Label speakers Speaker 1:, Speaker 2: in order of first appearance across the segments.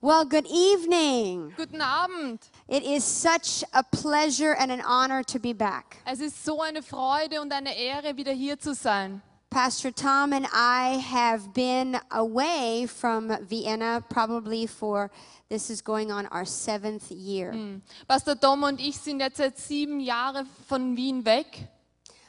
Speaker 1: Well, good evening.
Speaker 2: Guten Abend.
Speaker 1: It is such a pleasure and an honor to be back.
Speaker 2: Es ist so eine Freude und eine Ehre, wieder hier zu sein.
Speaker 1: Pastor Tom and I have been away from Vienna probably for this is going on our seventh year.
Speaker 2: Pastor Tom und ich sind jetzt seit sieben Jahren von Wien weg.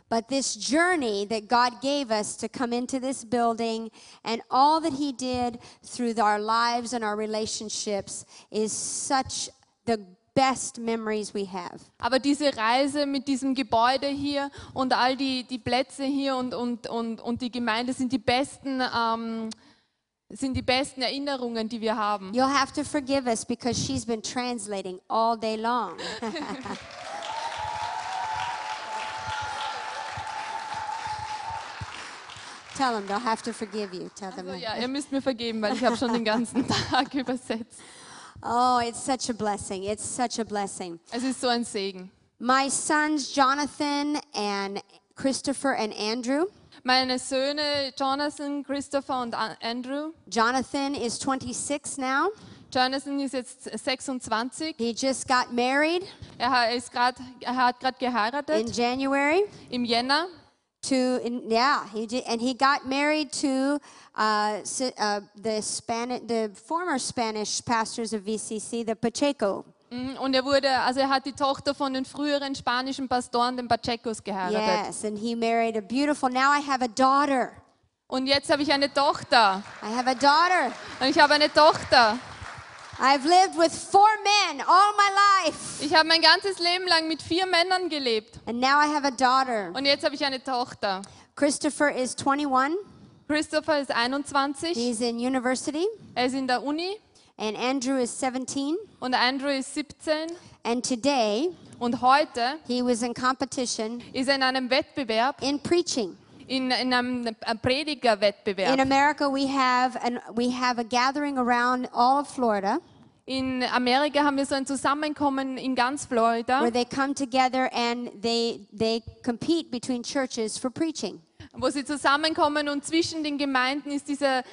Speaker 1: But this journey that God gave us to come into this building and all that He did through our lives and our relationships is such the best memories we have.
Speaker 2: Aber diese Reise mit diesem Gebäude hier und all die, die Plätze hier und, und, und, und die Gemeinde sind die besten. Ähm, sind die besten Erinnerungen, die wir haben.
Speaker 1: You'll have to forgive us because she's been translating all day long. Tell them they'll have to forgive you. Tell them.
Speaker 2: Also,
Speaker 1: that.
Speaker 2: ja, ihr müsst mir vergeben, weil ich habe schon den ganzen Tag übersetzt.
Speaker 1: Oh, it's such a blessing. It's such a blessing.
Speaker 2: Es ist so ein Segen.
Speaker 1: My sons, Jonathan and Christopher and Andrew.
Speaker 2: Meine Söhne Jonathan, Christopher und An- Andrew.
Speaker 1: Jonathan is 26 now.
Speaker 2: Jonathan ist jetzt 26.
Speaker 1: He just got married
Speaker 2: Er, ha- ist grad, er hat gerade
Speaker 1: in
Speaker 2: geheiratet
Speaker 1: January.
Speaker 2: im Jänner.
Speaker 1: To in, yeah, he did, and he got married to uh, si- uh, the Spanish, the former Spanish pastors of VCC, the Pacheco.
Speaker 2: Mm, Und er wurde, also er hat die Tochter von den früheren spanischen Pastoren, den Pachecos, geheiratet.
Speaker 1: Yes, and he married a beautiful. Now I have a daughter.
Speaker 2: Und jetzt habe ich eine Tochter.
Speaker 1: I have a daughter.
Speaker 2: Und ich habe eine Tochter.
Speaker 1: I've lived with four men all my life.
Speaker 2: Ich habe mein ganzes Leben lang mit vier Männern gelebt.
Speaker 1: And now I have a daughter.
Speaker 2: Und jetzt habe ich eine Tochter.
Speaker 1: Christopher is 21.
Speaker 2: Christopher ist 21.
Speaker 1: He's in university.
Speaker 2: Er ist in der Uni.
Speaker 1: And Andrew is 17.
Speaker 2: Und Andrew ist 17.
Speaker 1: And today
Speaker 2: Und heute
Speaker 1: he was in competition
Speaker 2: ist er in einem Wettbewerb,
Speaker 1: in preaching.
Speaker 2: in, in einem einem
Speaker 1: In
Speaker 2: Predigerwettbewerb.
Speaker 1: America, we have an, we have a gathering around all of Florida
Speaker 2: In Amerika haben wir so ein Zusammenkommen in ganz Florida,
Speaker 1: where they come together and they they compete between churches for preaching.
Speaker 2: wo sie zusammenkommen und zwischen den Gemeinden ist dieser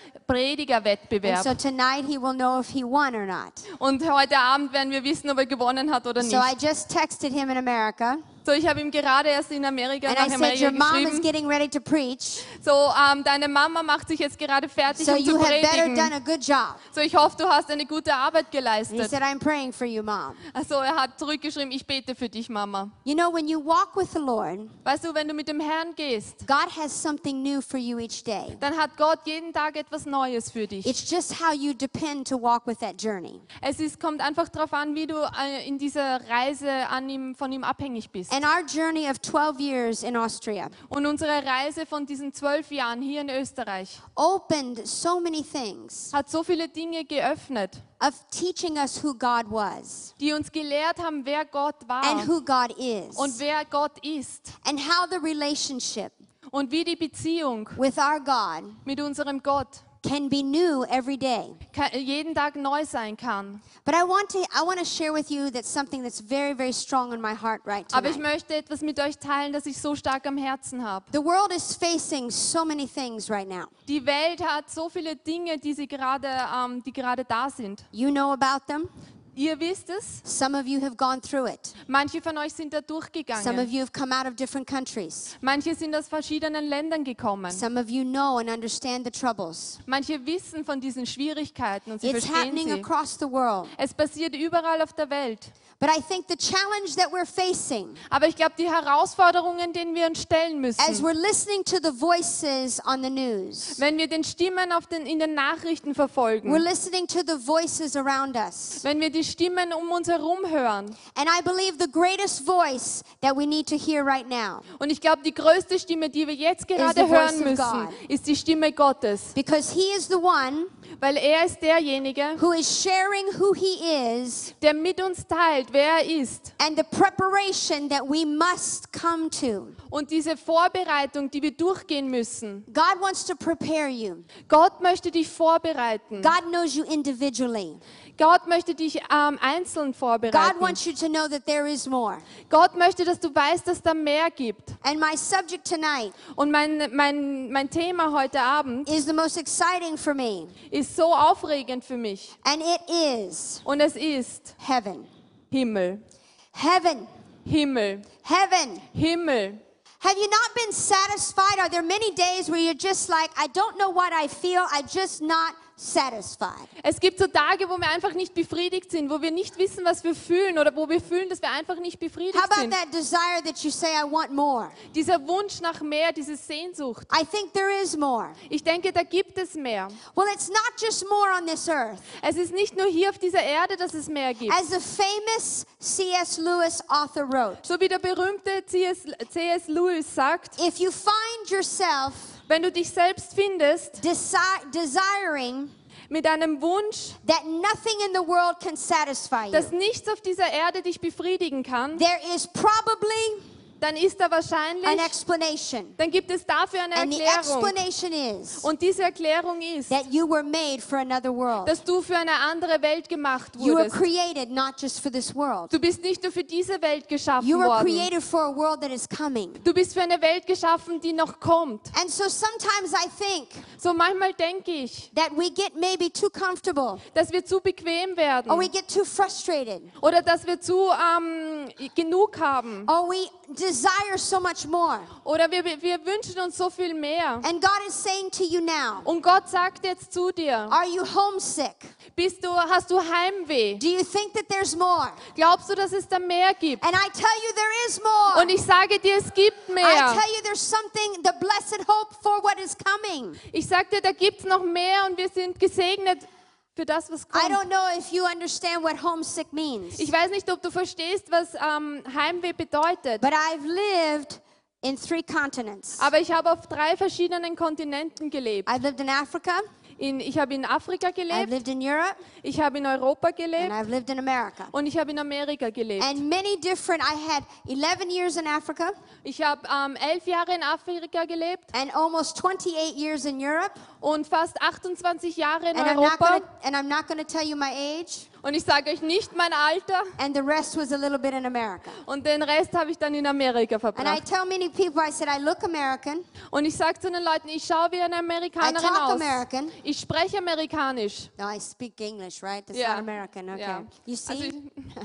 Speaker 1: And so
Speaker 2: Predigerwettbewerb.
Speaker 1: tonight he will know if he won or not.
Speaker 2: Und heute Abend werden wir wissen, ob er gewonnen hat oder
Speaker 1: So I
Speaker 2: nicht.
Speaker 1: just texted him in America
Speaker 2: So, ich habe ihm gerade erst in Amerika
Speaker 1: and
Speaker 2: nach
Speaker 1: I said,
Speaker 2: Amerika
Speaker 1: "Your mom is
Speaker 2: geschrieben.
Speaker 1: getting ready to preach,
Speaker 2: So, ähm, deine Mama macht sich jetzt gerade fertig,
Speaker 1: so
Speaker 2: um zu
Speaker 1: you had better done
Speaker 2: predigen.
Speaker 1: a good job."
Speaker 2: So, ich hoffe, du hast eine gute Arbeit
Speaker 1: And he
Speaker 2: geleistet.
Speaker 1: said, "I'm praying for you, mom."
Speaker 2: Also, er hat zurückgeschrieben, ich bete für dich, Mama.
Speaker 1: You know, when you walk with the Lord,
Speaker 2: Weißt du, wenn du mit dem Herrn gehst,
Speaker 1: God has something new for you each day.
Speaker 2: dann hat Gott jeden Tag etwas Neues für dich.
Speaker 1: It's just how you depend to walk with that journey.
Speaker 2: Es ist, kommt einfach darauf an, wie du äh, in dieser Reise an ihm, von ihm abhängig bist.
Speaker 1: And our journey of 12 years in Austria
Speaker 2: Und unsere Reise von diesen zwölf Jahren hier in Österreich
Speaker 1: opened so many things
Speaker 2: hat so viele Dinge geöffnet,
Speaker 1: of teaching us who God was
Speaker 2: die uns gelehrt haben, wer Gott
Speaker 1: and
Speaker 2: war
Speaker 1: who God
Speaker 2: und
Speaker 1: is
Speaker 2: wer Gott ist
Speaker 1: and how the relationship
Speaker 2: und wie die Beziehung
Speaker 1: with our God
Speaker 2: mit unserem Gott
Speaker 1: can be new every day.
Speaker 2: ke- jeden Tag neu sein kann.
Speaker 1: But I want to I want to share with you that's something that's very very strong in my heart right
Speaker 2: Aber ich
Speaker 1: tonight.
Speaker 2: möchte etwas mit euch teilen, das ich so stark am Herzen habe.
Speaker 1: The world is facing so many things right now.
Speaker 2: Die Welt hat so viele Dinge, die sie gerade, ähm, die gerade da sind.
Speaker 1: You know about them.
Speaker 2: Ihr wisst es.
Speaker 1: Some of you have gone through it.
Speaker 2: Manche von euch sind da
Speaker 1: Some of
Speaker 2: durchgegangen.
Speaker 1: you have come out of different countries.
Speaker 2: Manche sind aus verschiedenen Ländern gekommen.
Speaker 1: Some of you know and understand the troubles.
Speaker 2: Manche wissen von diesen Schwierigkeiten und sie
Speaker 1: It's
Speaker 2: verstehen
Speaker 1: happening
Speaker 2: sie.
Speaker 1: across the world.
Speaker 2: Es passiert überall auf der Welt.
Speaker 1: But I think the challenge that we're facing
Speaker 2: Aber ich glaube, die Herausforderungen, denen wir uns stellen
Speaker 1: as
Speaker 2: müssen,
Speaker 1: we're listening to the voices on the news,
Speaker 2: wenn wir den Stimmen auf den, in den Nachrichten
Speaker 1: we're
Speaker 2: verfolgen,
Speaker 1: listening to the voices around us.
Speaker 2: wenn wir die Stimmen um uns herum hören.
Speaker 1: And I believe the greatest voice that we need to hear right now,
Speaker 2: Und ich glaube, die größte Stimme, die wir jetzt
Speaker 1: the
Speaker 2: gerade
Speaker 1: voice
Speaker 2: hören
Speaker 1: of
Speaker 2: müssen,
Speaker 1: God.
Speaker 2: ist die Stimme Gottes.
Speaker 1: because He is the one
Speaker 2: Weil er ist derjenige,
Speaker 1: who is sharing who He is
Speaker 2: der mit uns teilt, wer er ist.
Speaker 1: and the preparation that we must come to.
Speaker 2: Und diese Vorbereitung, die wir durchgehen müssen.
Speaker 1: God wants to prepare you.
Speaker 2: Gott möchte dich vorbereiten.
Speaker 1: God knows you individually.
Speaker 2: Gott möchte dich ähm, einzeln vorbereiten.
Speaker 1: God wants you to know that there is more.
Speaker 2: Gott möchte, dass du weißt, dass da mehr gibt.
Speaker 1: And my subject tonight
Speaker 2: Und mein, mein, mein Thema heute Abend
Speaker 1: is the most exciting for me.
Speaker 2: ist so aufregend für mich.
Speaker 1: and it is
Speaker 2: Und es ist
Speaker 1: heaven.
Speaker 2: Himmel,
Speaker 1: Heaven,
Speaker 2: Himmel,
Speaker 1: heaven.
Speaker 2: Himmel.
Speaker 1: Have you not been satisfied? Are there many days where you're just like, I don't know what I feel, I just not satisfied?
Speaker 2: Es gibt so Tage, wo wir einfach nicht befriedigt sind, wo wir nicht wissen, was wir fühlen oder wo wir fühlen, dass wir einfach nicht
Speaker 1: How
Speaker 2: befriedigt
Speaker 1: about
Speaker 2: sind.
Speaker 1: that desire that you say, I want more?
Speaker 2: Dieser Wunsch nach mehr, diese Sehnsucht.
Speaker 1: I think there is more.
Speaker 2: Ich denke, da gibt es mehr.
Speaker 1: Well, it's not just more on this earth.
Speaker 2: Es ist nicht nur hier auf dieser Erde, dass es mehr gibt.
Speaker 1: As the famous C.S. Lewis author wrote,
Speaker 2: So wie der berühmte C.S. C.S. Lewis sagt,
Speaker 1: if you find yourself
Speaker 2: wenn du dich selbst findest
Speaker 1: desi- desiring
Speaker 2: mit einem Wunsch,
Speaker 1: that nothing in the world can satisfy you,
Speaker 2: dass nichts auf dieser Erde dich befriedigen kann,
Speaker 1: there is probably
Speaker 2: dann ist da
Speaker 1: an
Speaker 2: wahrscheinlich,
Speaker 1: explanation.
Speaker 2: dann gibt es dafür eine
Speaker 1: And the
Speaker 2: Erklärung.
Speaker 1: explanation is
Speaker 2: Und diese Erklärung ist,
Speaker 1: that you were made for another world.
Speaker 2: dass du für eine andere Welt gemacht
Speaker 1: You were
Speaker 2: wurdest.
Speaker 1: created not just for this world.
Speaker 2: Du bist nicht nur für diese Welt geschaffen
Speaker 1: You were
Speaker 2: worden.
Speaker 1: created for a world that is coming.
Speaker 2: Du bist für eine Welt geschaffen, die noch kommt.
Speaker 1: And so sometimes I think
Speaker 2: So manchmal denke ich,
Speaker 1: that we get maybe too comfortable
Speaker 2: dass wir zu bequem werden
Speaker 1: or we get too frustrated
Speaker 2: oder dass wir zu ähm, genug haben
Speaker 1: or we desire so much more.
Speaker 2: oder wir, wir wünschen uns so viel mehr.
Speaker 1: And God is saying to you now,
Speaker 2: Und Gott sagt jetzt zu dir,
Speaker 1: are you homesick?
Speaker 2: bist du, hast du Heimweh?
Speaker 1: Do you think that there's more?
Speaker 2: Glaubst du, dass es da mehr gibt?
Speaker 1: And I tell you there is more.
Speaker 2: Und ich sage dir, es gibt
Speaker 1: I
Speaker 2: mehr.
Speaker 1: tell you there's something, the blessed hope for what is coming.
Speaker 2: Ich sage dir, da gibt es noch mehr und wir sind gesegnet für das, was
Speaker 1: I
Speaker 2: kommt.
Speaker 1: don't know if you understand what homesick means.
Speaker 2: Ich weiß nicht, ob du verstehst, was ähm, Heimweh bedeutet,
Speaker 1: But I've lived in three continents.
Speaker 2: aber ich habe auf drei verschiedenen Kontinenten gelebt.
Speaker 1: I've lived in Africa,
Speaker 2: In, ich habe in Afrika
Speaker 1: I've
Speaker 2: gelebt,
Speaker 1: lived in Europe,
Speaker 2: ich habe in Europa
Speaker 1: and
Speaker 2: gelebt
Speaker 1: I've lived in America.
Speaker 2: und ich habe in Amerika gelebt.
Speaker 1: And many different, I had 11 years in Africa
Speaker 2: Ich habe ähm, elf Jahre in Afrika gelebt
Speaker 1: and almost 28 years in Europe.
Speaker 2: und fast 28 Jahre in
Speaker 1: And I'm not gonna,
Speaker 2: Europa.
Speaker 1: and I'm not going to tell you my age.
Speaker 2: Und ich sage euch nicht mein Alter.
Speaker 1: And the rest was a little bit in America.
Speaker 2: Und den Rest habe ich dann in
Speaker 1: And
Speaker 2: Amerika
Speaker 1: I
Speaker 2: verbracht.
Speaker 1: tell many people, I said, I look American.
Speaker 2: Und ich sage zu den Leuten, ich schaue wie eine
Speaker 1: I
Speaker 2: Amerikanerin
Speaker 1: talk
Speaker 2: aus.
Speaker 1: American.
Speaker 2: Ich spreche amerikanisch.
Speaker 1: No, I speak English, right? That's
Speaker 2: Yeah.
Speaker 1: not American. Okay.
Speaker 2: Yeah.
Speaker 1: You
Speaker 2: Also
Speaker 1: see?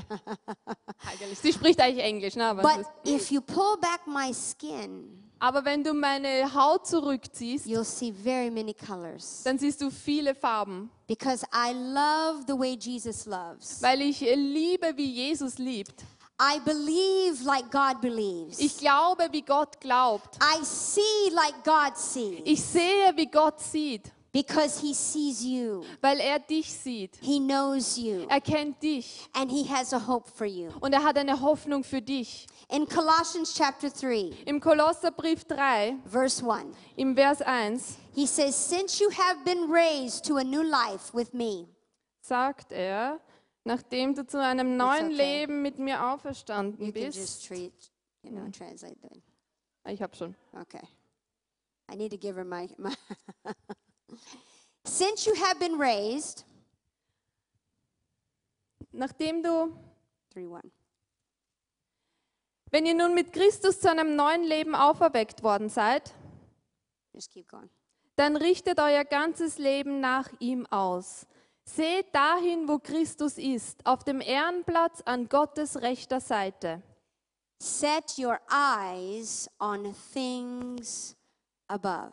Speaker 2: ich- Eigentlich. Sie spricht eigentlich Englisch, ne? aber, es
Speaker 1: But
Speaker 2: ist-
Speaker 1: if you pull back my skin,
Speaker 2: aber wenn du meine Haut zurückziehst,
Speaker 1: you'll see very many colors.
Speaker 2: dann siehst du viele Farben,
Speaker 1: Because I love the way Jesus loves.
Speaker 2: weil ich äh, liebe, wie Jesus liebt.
Speaker 1: I believe like God
Speaker 2: Ich
Speaker 1: believes.
Speaker 2: glaube, wie Gott glaubt.
Speaker 1: I see like God sees.
Speaker 2: Ich sehe, wie Gott sieht,
Speaker 1: Because he sees you,
Speaker 2: weil er dich sieht.
Speaker 1: he knows you,
Speaker 2: Er kennt dich
Speaker 1: and he has a hope for you.
Speaker 2: und er hat eine Hoffnung für dich.
Speaker 1: In Colossians chapter 3,
Speaker 2: Im Kolosserbrief 3,
Speaker 1: verse 1,
Speaker 2: im Vers 1,
Speaker 1: he says, Since you have been raised to a new life with me,
Speaker 2: sagt er, nachdem du zu einem neuen
Speaker 1: okay.
Speaker 2: Leben mit mir auferstanden
Speaker 1: you can
Speaker 2: bist.
Speaker 1: just treat, you know, translate that.
Speaker 2: Ah, Ich habe schon.
Speaker 1: Okay. I need to give her my. my Since you have been raised,
Speaker 2: Nachdem du
Speaker 1: 3 1.
Speaker 2: Wenn ihr nun mit Christus zu einem neuen Leben auferweckt worden seid,
Speaker 1: Just keep going.
Speaker 2: dann richtet euer ganzes Leben nach ihm aus. Seht dahin, wo Christus ist, auf dem Ehrenplatz an Gottes rechter Seite.
Speaker 1: Set your eyes on things above.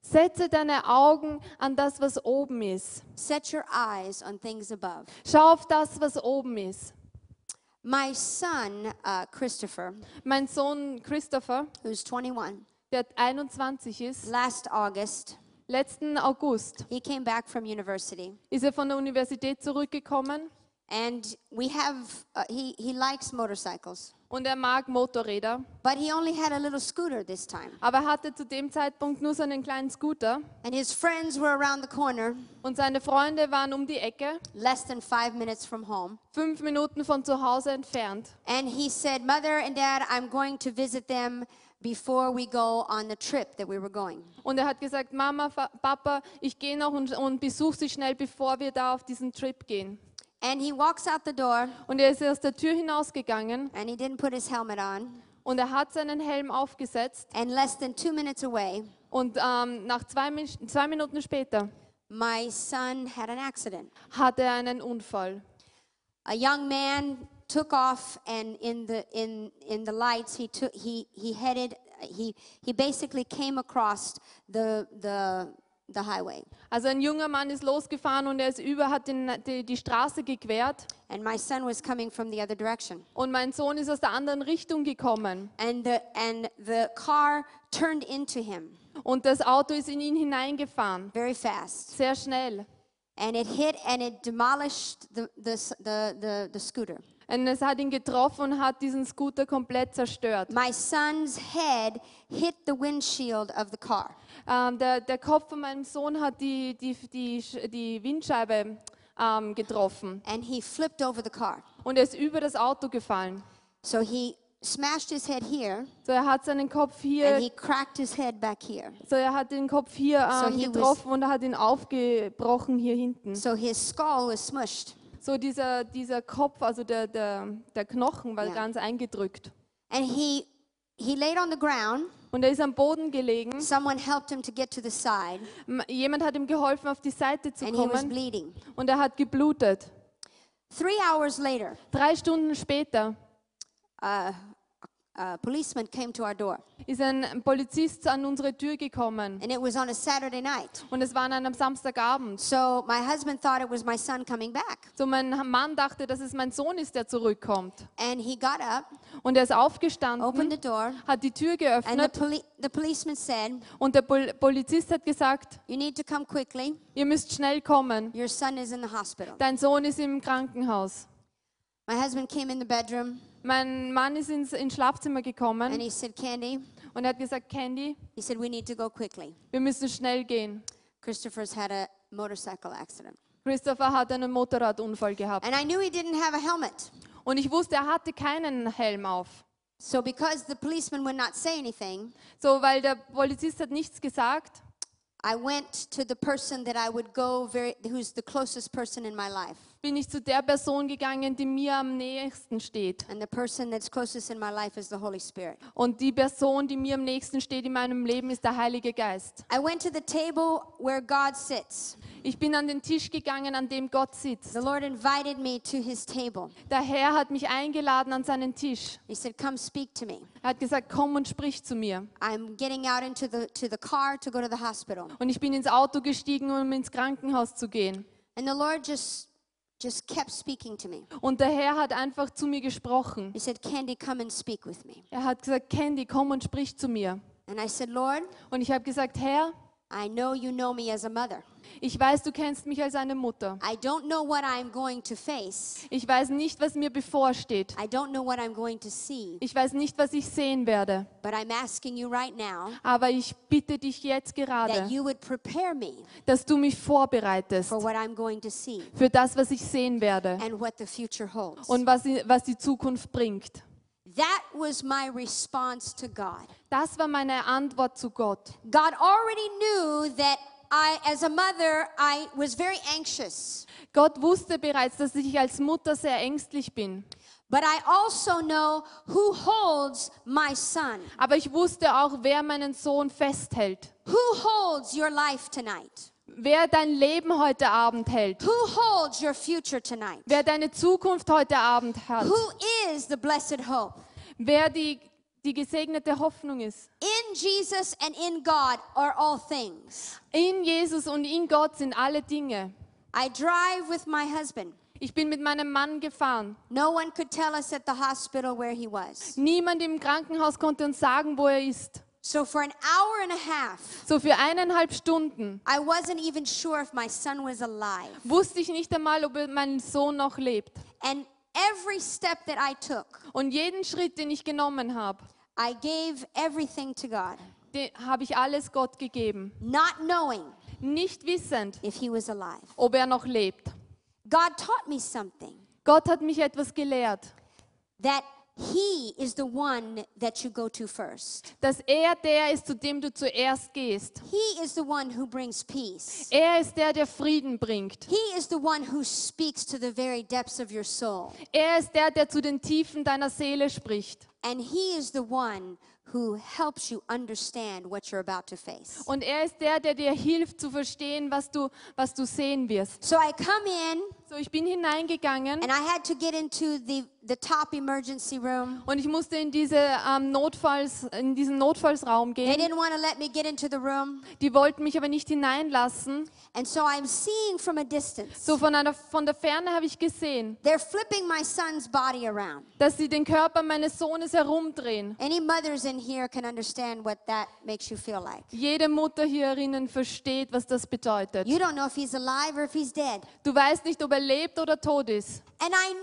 Speaker 2: Setze deine Augen an das, was oben ist.
Speaker 1: Set your eyes on things above.
Speaker 2: Schau auf das, was oben ist.
Speaker 1: My son, uh, Christopher,
Speaker 2: Mein Sohn Christopher,
Speaker 1: who's 21,
Speaker 2: der 21 ist,
Speaker 1: last August,
Speaker 2: letzten August
Speaker 1: he came back from university.
Speaker 2: ist er von der Universität zurückgekommen
Speaker 1: And we have, uh, he, he likes motorcycles,
Speaker 2: und er mag Motorräder.
Speaker 1: but he only had a little scooter this time.
Speaker 2: Aber er hatte zu dem Zeitpunkt nur seinen kleinen Scooter
Speaker 1: And his friends were around the corner,
Speaker 2: und seine Freunde waren um die Ecke,
Speaker 1: less than five minutes from home.
Speaker 2: fünf Minuten von zu Hause entfernt.
Speaker 1: And he said, Mother and Dad, I'm going to visit them before we go on the trip that we were going.
Speaker 2: Und er hat gesagt, Mama, Fa- Papa, ich gehe noch und, und besuche sie schnell, bevor wir da auf diesen Trip gehen.
Speaker 1: And he walks out the door
Speaker 2: Und er ist aus der Tür hinausgegangen
Speaker 1: and he didn't put his helmet on.
Speaker 2: und er hat seinen Helm aufgesetzt
Speaker 1: And less than two minutes away,
Speaker 2: und ähm, nach zwei, Min zwei Minuten später
Speaker 1: my son had an accident.
Speaker 2: hatte er einen Unfall.
Speaker 1: A young man took off, and in the in in the lights, he took he he headed he he basically came across the the the highway.
Speaker 2: Also ein junger Mann ist losgefahren und er ist über, hat den, die, die Straße gequert
Speaker 1: And my son was coming from the other direction.
Speaker 2: und mein Sohn ist aus der anderen Richtung gekommen
Speaker 1: And the and the car turned into him
Speaker 2: und das Auto ist in ihn hineingefahren,
Speaker 1: very fast.
Speaker 2: sehr schnell.
Speaker 1: And it hit and it demolished the the s- the the, the scooter.
Speaker 2: Und es hat ihn getroffen und hat diesen Scooter komplett zerstört.
Speaker 1: My son's head hit the windshield of the car.
Speaker 2: Ähm, der, der Kopf von meinem Sohn hat die, die, die, Sch- die Windscheibe ähm, getroffen
Speaker 1: and he flipped over the car.
Speaker 2: und er ist über das Auto gefallen.
Speaker 1: So he smashed his head here
Speaker 2: So er hat seinen Kopf
Speaker 1: and
Speaker 2: hier,
Speaker 1: he cracked his head back here.
Speaker 2: so er hat den Kopf hier
Speaker 1: So
Speaker 2: ähm,
Speaker 1: he was-
Speaker 2: getroffen und er hat ihn aufgebrochen hier hinten.
Speaker 1: So his skull was smushed.
Speaker 2: So dieser, dieser Kopf, also der, der, der Knochen war
Speaker 1: Ja.
Speaker 2: ganz eingedrückt.
Speaker 1: And he he laid on the ground.
Speaker 2: Und er ist am Boden gelegen.
Speaker 1: Someone helped him to get to the side
Speaker 2: M- Jemand hat ihm geholfen, auf die Seite zu
Speaker 1: and he was
Speaker 2: kommen
Speaker 1: bleeding.
Speaker 2: und er hat geblutet.
Speaker 1: 3 hours later,
Speaker 2: Drei Stunden später
Speaker 1: a policeman came to our door
Speaker 2: ist ein Polizist an unsere Tür gekommen.
Speaker 1: and it was on a Saturday night.
Speaker 2: Und es war an einem Samstagabend.
Speaker 1: So my husband thought it was my son coming back
Speaker 2: So mein Mann dachte, dass es mein Sohn ist, der zurückkommt.
Speaker 1: and he got up,
Speaker 2: Und er ist
Speaker 1: opened
Speaker 2: aufgestanden,
Speaker 1: the door
Speaker 2: hat die Tür
Speaker 1: and the,
Speaker 2: geöffnet
Speaker 1: poli- the policeman said,
Speaker 2: und der Pol Polizist hat gesagt,
Speaker 1: "You need to come quickly.
Speaker 2: ihr müsst schnell kommen.
Speaker 1: Your son is in the hospital."
Speaker 2: Dein Sohn ist im Krankenhaus.
Speaker 1: My husband came in the bedroom
Speaker 2: Mein Mann ist ins, ins Schlafzimmer
Speaker 1: and
Speaker 2: gekommen
Speaker 1: he said, Candy,
Speaker 2: und er hat gesagt, Candy,
Speaker 1: he said, we need to go quickly.
Speaker 2: wir müssen schnell gehen.
Speaker 1: Christopher's had a motorcycle accident.
Speaker 2: Christopher hat einen Motorradunfall gehabt.
Speaker 1: And I knew he didn't have a helmet.
Speaker 2: Und ich wusste, er hatte keinen Helm auf.
Speaker 1: So because the policeman would not say anything,
Speaker 2: So, weil der Polizist hat nichts gesagt,
Speaker 1: I went to the person that I would go very who's the closest person in my life.
Speaker 2: bin ich zu der Person gegangen, die mir am nächsten steht.
Speaker 1: And the person that's closest in my life is the Holy Spirit.
Speaker 2: Und die Person, die mir am nächsten steht in meinem Leben, ist der Heilige Geist.
Speaker 1: I went to the table where God sits.
Speaker 2: Ich bin an den Tisch gegangen, an dem Gott sitzt.
Speaker 1: The Lord invited me to his table.
Speaker 2: Der Herr hat mich eingeladen an seinen Tisch.
Speaker 1: He said, "Come speak to me."
Speaker 2: Er hat gesagt, komm und sprich zu mir.
Speaker 1: I'm getting out into the to the car to go to the hospital.
Speaker 2: Und ich bin ins Auto gestiegen, um ins Krankenhaus zu gehen.
Speaker 1: And the Lord just just kept speaking to me.
Speaker 2: Und der Herr hat einfach zu mir gesprochen.
Speaker 1: He said, "Candy, come and speak with me."
Speaker 2: Er hat gesagt, Candy, komm und sprich zu mir.
Speaker 1: And I said, "Lord,
Speaker 2: Und ich habe gesagt, Herr,
Speaker 1: I know you know me as a mother.
Speaker 2: ich weiß, du kennst mich als eine Mutter.
Speaker 1: I don't know what I'm going to face.
Speaker 2: Ich weiß nicht, was mir bevorsteht.
Speaker 1: I don't know what I'm going to see,
Speaker 2: Ich weiß nicht, was ich sehen werde.
Speaker 1: but I'm asking you right now
Speaker 2: Aber ich bitte dich jetzt
Speaker 1: that
Speaker 2: gerade,
Speaker 1: you would prepare me
Speaker 2: dass du mich vorbereitest
Speaker 1: for what I'm going to see
Speaker 2: für das, was ich sehen werde
Speaker 1: and what the future holds."
Speaker 2: und was, was die Zukunft bringt.
Speaker 1: That was my response to God.
Speaker 2: Das war meine Antwort zu Gott.
Speaker 1: God already knew that I as a mother, I was very anxious.
Speaker 2: Gott wusste bereits, dass ich als Mutter sehr ängstlich bin.
Speaker 1: But I also know who holds my son.
Speaker 2: Aber ich wusste auch, wer meinen Sohn festhält.
Speaker 1: Who holds your life tonight?
Speaker 2: Wer dein Leben heute Abend hält.
Speaker 1: Who holds your future tonight?
Speaker 2: Wer deine Zukunft heute Abend hat.
Speaker 1: Who is the blessed hope?
Speaker 2: Wer die, die gesegnete Hoffnung ist.
Speaker 1: In Jesus and in God are all things.
Speaker 2: In Jesus und in Gott sind alle Dinge.
Speaker 1: I drive with my husband.
Speaker 2: Ich bin mit meinem Mann gefahren.
Speaker 1: No one could tell us at the hospital where he was.
Speaker 2: Niemand im Krankenhaus konnte uns sagen, wo er ist.
Speaker 1: So for an hour and a half,
Speaker 2: So für eineinhalb Stunden
Speaker 1: I wasn't even sure if my son was alive.
Speaker 2: wusste ich nicht einmal, ob mein Sohn noch lebt.
Speaker 1: And every step that I took,
Speaker 2: Und jeden Schritt, den ich genommen habe,
Speaker 1: I gave everything to God,
Speaker 2: den habe ich alles Gott gegeben.
Speaker 1: not knowing
Speaker 2: Nicht wissend,
Speaker 1: if he was alive.
Speaker 2: ob er noch lebt.
Speaker 1: God taught me something
Speaker 2: Gott hat mich etwas gelehrt,
Speaker 1: that He is the one that you go to first.
Speaker 2: dass er der ist, zu dem du zuerst gehst.
Speaker 1: He is the one who brings peace.
Speaker 2: Er ist der, der Frieden bringt.
Speaker 1: He is the one who speaks to the very depths of your soul.
Speaker 2: Er ist der, der zu den Tiefen deiner Seele spricht.
Speaker 1: And He is the one who helps you understand what you're about to face.
Speaker 2: Und er ist der, der dir hilft zu verstehen, was du, was du sehen wirst.
Speaker 1: So I come in
Speaker 2: So, ich bin hineingegangen
Speaker 1: and I had to get into the, the top emergency room.
Speaker 2: und ich musste in, diese, ähm, Notfalls, in diesen Notfallsraum
Speaker 1: They
Speaker 2: gehen.
Speaker 1: didn't want to let me get into the room.
Speaker 2: Die wollten mich aber nicht hineinlassen.
Speaker 1: And so I'm seeing from a distance.
Speaker 2: So von, einer, von der Ferne habe ich gesehen,
Speaker 1: They're flipping my son's body around.
Speaker 2: dass sie den Körper meines Sohnes herumdrehen.
Speaker 1: Any mothers in here can understand what that makes you feel like.
Speaker 2: Jede Mutter hierinnen versteht, was das bedeutet.
Speaker 1: You don't know if he's alive or if he's dead.
Speaker 2: Du weißt nicht, ob er lebt oder tot ist.
Speaker 1: And I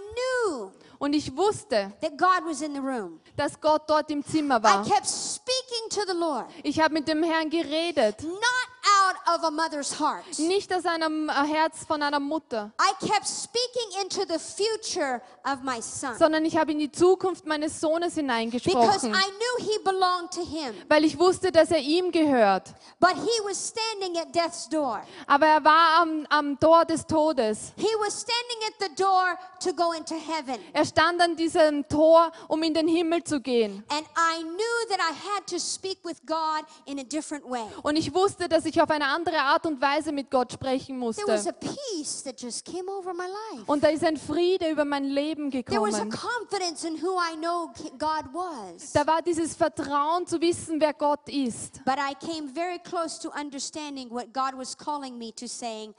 Speaker 1: knew
Speaker 2: Und ich wusste,
Speaker 1: that God was in the room.
Speaker 2: dass Gott dort im Zimmer
Speaker 1: I
Speaker 2: war.
Speaker 1: kept speaking to the Lord,
Speaker 2: Ich habe mit dem Herrn geredet,
Speaker 1: not out of a mother's heart.
Speaker 2: nicht aus einem äh, Herz von einer Mutter,
Speaker 1: I kept speaking into the future of my son
Speaker 2: sondern ich habe in die Zukunft meines Sohnes
Speaker 1: because
Speaker 2: hineingesprochen,
Speaker 1: I knew he belonged to him.
Speaker 2: weil ich wusste, dass er ihm gehört.
Speaker 1: But he was standing at death's door.
Speaker 2: Aber er war am, am Tor des Todes.
Speaker 1: He was standing at the door to go into heaven.
Speaker 2: Er stand an diesem Tor, um in den Himmel zu gehen.
Speaker 1: And I knew that I had to speak with God in a different way.
Speaker 2: Und ich wusste, dass ich auf eine andere Art und Weise mit Gott sprechen
Speaker 1: There was
Speaker 2: musste.
Speaker 1: a peace that just came over my life.
Speaker 2: Und da ist ein Friede über mein Leben
Speaker 1: There was a
Speaker 2: gekommen.
Speaker 1: confidence in who I know K- God was.
Speaker 2: Da war dieses Vertrauen zu wissen, wer Gott ist.
Speaker 1: But I came very close to understanding what God was calling me to saying,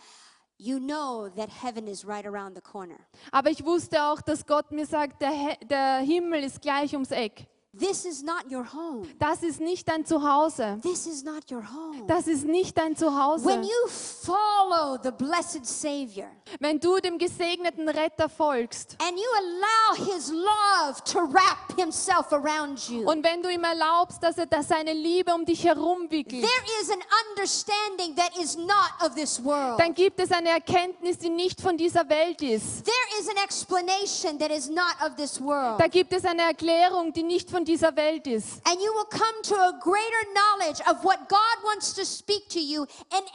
Speaker 1: You know that heaven is right around the corner.
Speaker 2: Aber ich wusste auch, dass Gott mir sagt, der, He- der Himmel ist gleich ums Eck.
Speaker 1: This is not your home.
Speaker 2: Das ist nicht dein Zuhause.
Speaker 1: This is not your home.
Speaker 2: Das ist nicht dein
Speaker 1: When
Speaker 2: Zuhause.
Speaker 1: you follow the blessed Savior
Speaker 2: Wenn du dem gesegneten Retter folgst
Speaker 1: and you allow His love to wrap Himself around you,
Speaker 2: und wenn du ihm erlaubst, dass er da seine Liebe um dich herumwickelt,
Speaker 1: there is an understanding that is not of this world.
Speaker 2: dann gibt es eine Erkenntnis, die nicht von dieser Welt ist.
Speaker 1: There is an explanation that is not of this world.
Speaker 2: Da gibt es eine Erklärung, die nicht von dieser Welt ist.
Speaker 1: And you will come to a greater knowledge of what God wants to speak to you in any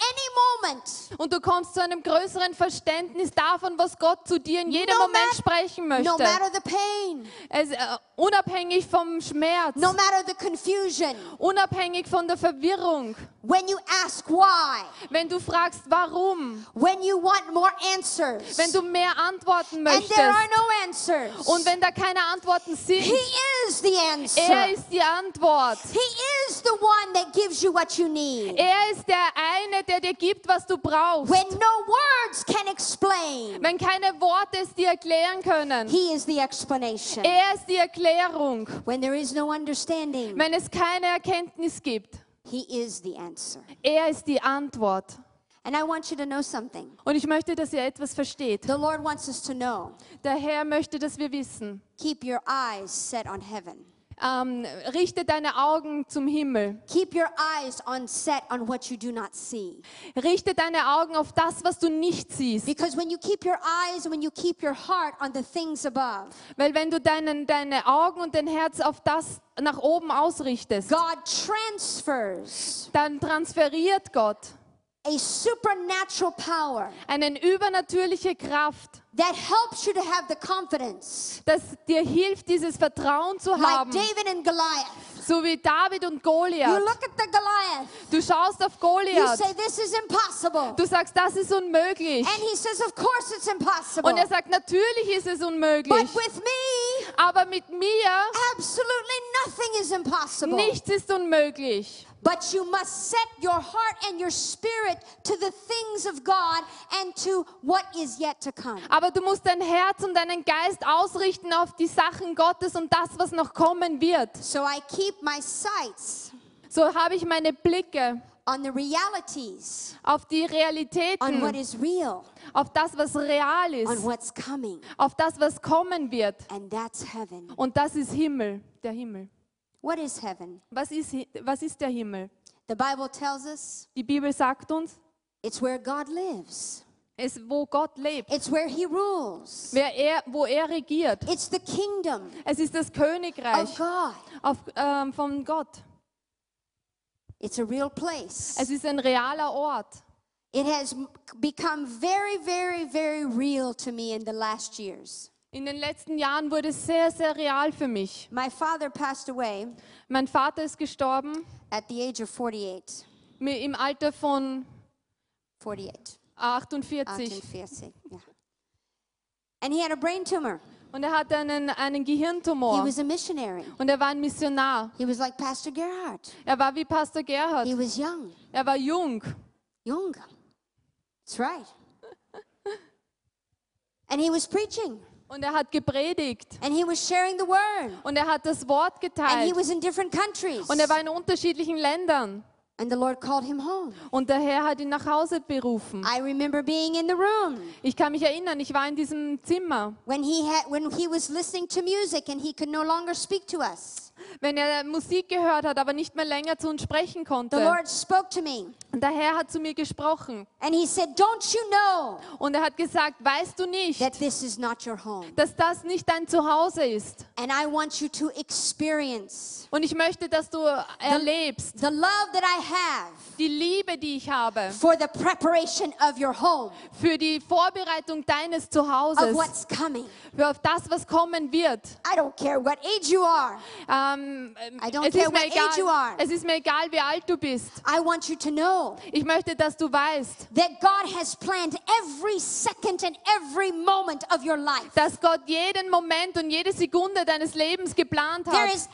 Speaker 1: moment,
Speaker 2: Und du kommst zu einem größeren Verständnis davon, was Gott zu dir in jedem
Speaker 1: No
Speaker 2: Moment
Speaker 1: mat-
Speaker 2: sprechen
Speaker 1: no
Speaker 2: möchte.
Speaker 1: matter the pain,
Speaker 2: Es, äh, unabhängig vom Schmerz,
Speaker 1: no matter the confusion.
Speaker 2: unabhängig von der Verwirrung.
Speaker 1: When you ask why,
Speaker 2: Wenn du fragst, warum,
Speaker 1: when you want more answers,
Speaker 2: wenn du mehr Antworten
Speaker 1: and there
Speaker 2: möchtest
Speaker 1: are no answers,
Speaker 2: und wenn da keine Antworten
Speaker 1: He
Speaker 2: sind,
Speaker 1: is the answer.
Speaker 2: er ist die Antwort.
Speaker 1: he is the one that gives you what you need.
Speaker 2: Er ist der eine, der dir gibt, was du brauchst.
Speaker 1: when no words can explain,
Speaker 2: Wenn keine Worte es dir erklären können,
Speaker 1: He is the explanation.
Speaker 2: er ist die Erklärung.
Speaker 1: when there is no understanding,
Speaker 2: Wenn es keine Erkenntnis gibt,
Speaker 1: He is the answer.
Speaker 2: er ist die Antwort.
Speaker 1: And I want you to know something.
Speaker 2: Und ich möchte, dass ihr etwas versteht.
Speaker 1: The Lord wants us to know
Speaker 2: Der Herr möchte, dass wir wissen.
Speaker 1: keep your eyes set on heaven.
Speaker 2: Ähm, richte deine Augen zum Himmel.
Speaker 1: Keep your eyes on set on what you do not see.
Speaker 2: Richte deine Augen auf das, was du nicht siehst.
Speaker 1: Because when you keep your eyes, when you keep your heart on the things above,
Speaker 2: Weil wenn du deinen, deine Augen und dein Herz auf das nach oben ausrichtest,
Speaker 1: God transfers
Speaker 2: dann transferiert Gott
Speaker 1: a supernatural power
Speaker 2: eine übernatürliche Kraft,
Speaker 1: that helps you to have the confidence,
Speaker 2: das dir hilft, dieses Vertrauen zu
Speaker 1: like
Speaker 2: haben.
Speaker 1: David and Goliath.
Speaker 2: So wie David und
Speaker 1: You
Speaker 2: Goliath.
Speaker 1: look at the Goliath,
Speaker 2: Du schaust auf
Speaker 1: you
Speaker 2: Goliath.
Speaker 1: say, This is impossible.
Speaker 2: Du sagst, das ist unmöglich.
Speaker 1: And he says, Of course it's impossible.
Speaker 2: Und er sagt, natürlich ist es unmöglich.
Speaker 1: But with me,
Speaker 2: Aber mit mir,
Speaker 1: absolutely nothing is impossible.
Speaker 2: nichts ist unmöglich.
Speaker 1: But you must set your heart and your spirit to the things of God and to what is yet to come.
Speaker 2: Aber du musst dein Herz und deinen Geist ausrichten auf die Sachen Gottes und das, was noch kommen wird.
Speaker 1: So I keep my sights
Speaker 2: So habe ich meine Blicke
Speaker 1: on the realities,
Speaker 2: auf die
Speaker 1: on what
Speaker 2: Realitäten,
Speaker 1: is real,
Speaker 2: auf das, was real
Speaker 1: on
Speaker 2: ist,
Speaker 1: what's coming.
Speaker 2: auf das, was kommen wird.
Speaker 1: And that's heaven.
Speaker 2: Und das ist Himmel, der Himmel.
Speaker 1: What is heaven?
Speaker 2: Was ist, Hi- was ist der Himmel?
Speaker 1: The Bible tells us
Speaker 2: Die Bibel sagt uns,
Speaker 1: it's where God lives,
Speaker 2: es ist, wo Gott lebt,
Speaker 1: it's where He rules,
Speaker 2: wer er, wo er regiert.
Speaker 1: it's the kingdom
Speaker 2: Es ist das
Speaker 1: of
Speaker 2: Königreich
Speaker 1: God.
Speaker 2: auf, ähm, von Gott.
Speaker 1: It's a real place.
Speaker 2: Es ist ein realer Ort.
Speaker 1: It has m- become very, very, very real to me in the last years.
Speaker 2: In den letzten Jahren wurde es sehr, sehr real für mich.
Speaker 1: My father passed away
Speaker 2: Mein Vater ist gestorben
Speaker 1: at the age of 48.
Speaker 2: mi- im Alter von
Speaker 1: 48. uh,
Speaker 2: 48
Speaker 1: 48. Yeah. And he had a brain tumor.
Speaker 2: und er hatte einen, einen
Speaker 1: He
Speaker 2: Gehirntumor
Speaker 1: was a missionary.
Speaker 2: und er war ein Missionar.
Speaker 1: He was like Pastor Gerhard.
Speaker 2: Er war wie Pastor
Speaker 1: He
Speaker 2: Gerhard.
Speaker 1: was young.
Speaker 2: Er war jung.
Speaker 1: Young. That's right. And he was preaching.
Speaker 2: Und er hat gepredigt.
Speaker 1: And he was sharing the word.
Speaker 2: Und er hat das Wort
Speaker 1: And he
Speaker 2: geteilt.
Speaker 1: was in different countries.
Speaker 2: Und er war in unterschiedlichen Ländern.
Speaker 1: And the Lord called him home.
Speaker 2: Und der Herr hat ihn nach Hause berufen.
Speaker 1: I remember being in the room
Speaker 2: Ich kann mich erinnern, ich war in diesem Zimmer,
Speaker 1: when he had when he was listening to music and he could no longer speak to us.
Speaker 2: wenn er Musik gehört hat, aber nicht mehr länger zu uns sprechen
Speaker 1: The
Speaker 2: konnte.
Speaker 1: Lord spoke to me
Speaker 2: Und der Herr hat zu mir gesprochen.
Speaker 1: and he said, "Don't you know
Speaker 2: Und er hat gesagt, weißt du nicht,
Speaker 1: that this is not your home?
Speaker 2: dass das nicht dein Zuhause ist.
Speaker 1: And I want you to experience
Speaker 2: Und ich möchte, dass du erlebst
Speaker 1: the love that I have
Speaker 2: die Liebe, die ich habe
Speaker 1: for the preparation of your home,
Speaker 2: für die Vorbereitung deines
Speaker 1: of
Speaker 2: Zuhauses,
Speaker 1: what's coming.
Speaker 2: für auf das, was kommen wird.
Speaker 1: I don't care what age you are.
Speaker 2: Ähm, ähm,
Speaker 1: I don't
Speaker 2: es,
Speaker 1: care
Speaker 2: ist mir
Speaker 1: what age you
Speaker 2: egal,
Speaker 1: are.
Speaker 2: es ist mir egal, wie alt du bist.
Speaker 1: I want you to know
Speaker 2: Ich möchte, dass du weißt,
Speaker 1: that God has planned every second and every moment of your life.
Speaker 2: dass Gott jeden Moment und jede Sekunde deines Lebens geplant
Speaker 1: There
Speaker 2: hat.
Speaker 1: is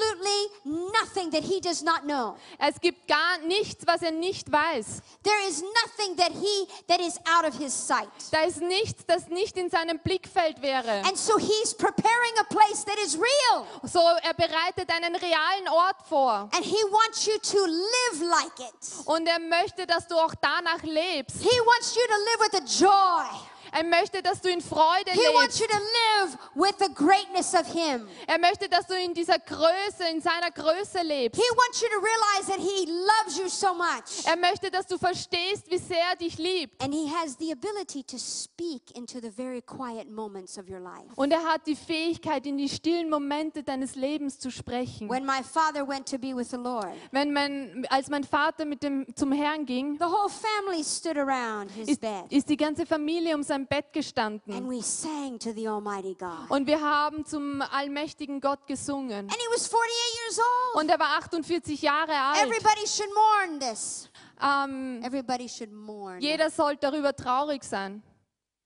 Speaker 1: absolutely nothing that he does not know.
Speaker 2: Es gibt gar nichts, was er nicht weiß.
Speaker 1: There is nothing that he that is out of his sight.
Speaker 2: Da ist nichts, das nicht in seinem Blickfeld wäre.
Speaker 1: And so he's preparing a place that is real.
Speaker 2: So, er bereitet einen realen Ort vor.
Speaker 1: And he wants you to live like it.
Speaker 2: Und er möchte, dass du auch danach lebst.
Speaker 1: He wants you to live with a joy.
Speaker 2: Er möchte, dass du in Freude
Speaker 1: He wants
Speaker 2: lebst.
Speaker 1: you to live with the greatness of him.
Speaker 2: Er möchte, dass du in dieser Größe, in seiner Größe lebst.
Speaker 1: He wants you to realize that he loves you so much.
Speaker 2: Er möchte, dass du verstehst, wie sehr er dich liebt.
Speaker 1: And he has the ability to speak into the very quiet moments of your life.
Speaker 2: Und er hat die Fähigkeit, in die stillen Momente deines Lebens zu sprechen.
Speaker 1: When my father went to be with the Lord,
Speaker 2: Wenn mein, als mein Vater mit dem, zum Herrn ging,
Speaker 1: the whole family stood around his
Speaker 2: ist,
Speaker 1: bed.
Speaker 2: ist die ganze Familie um sein Bett
Speaker 1: And
Speaker 2: gestanden.
Speaker 1: we sang to the Almighty God.
Speaker 2: Und wir haben zum allmächtigen Gott gesungen.
Speaker 1: And he was 48 years old.
Speaker 2: Und er war 48 Jahre alt.
Speaker 1: Everybody should mourn this.
Speaker 2: Ähm,
Speaker 1: Everybody should mourn.
Speaker 2: jeder sollte darüber traurig sein.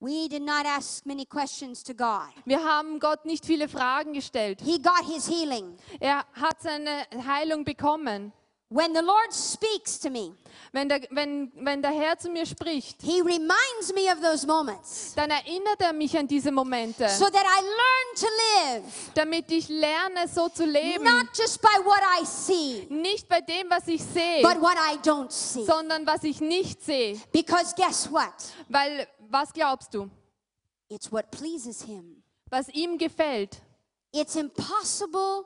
Speaker 1: We did not ask many questions to God.
Speaker 2: Wir haben Gott nicht viele Fragen gestellt.
Speaker 1: He got his healing.
Speaker 2: Er hat seine Heilung bekommen.
Speaker 1: When the Lord speaks to me,
Speaker 2: Wenn der, wenn, wenn der Herr zu mir spricht,
Speaker 1: he reminds me of those moments
Speaker 2: dann erinnert er mich an diese Momente,
Speaker 1: so that I learn to live
Speaker 2: damit ich lerne, so zu leben.
Speaker 1: not just by what I see,
Speaker 2: Nicht bei dem, was ich sehe,
Speaker 1: but what I don't see.
Speaker 2: sondern was ich nicht sehe.
Speaker 1: Because guess what?
Speaker 2: Weil, was glaubst du?
Speaker 1: It's what pleases him.
Speaker 2: Was ihm gefällt.
Speaker 1: It's impossible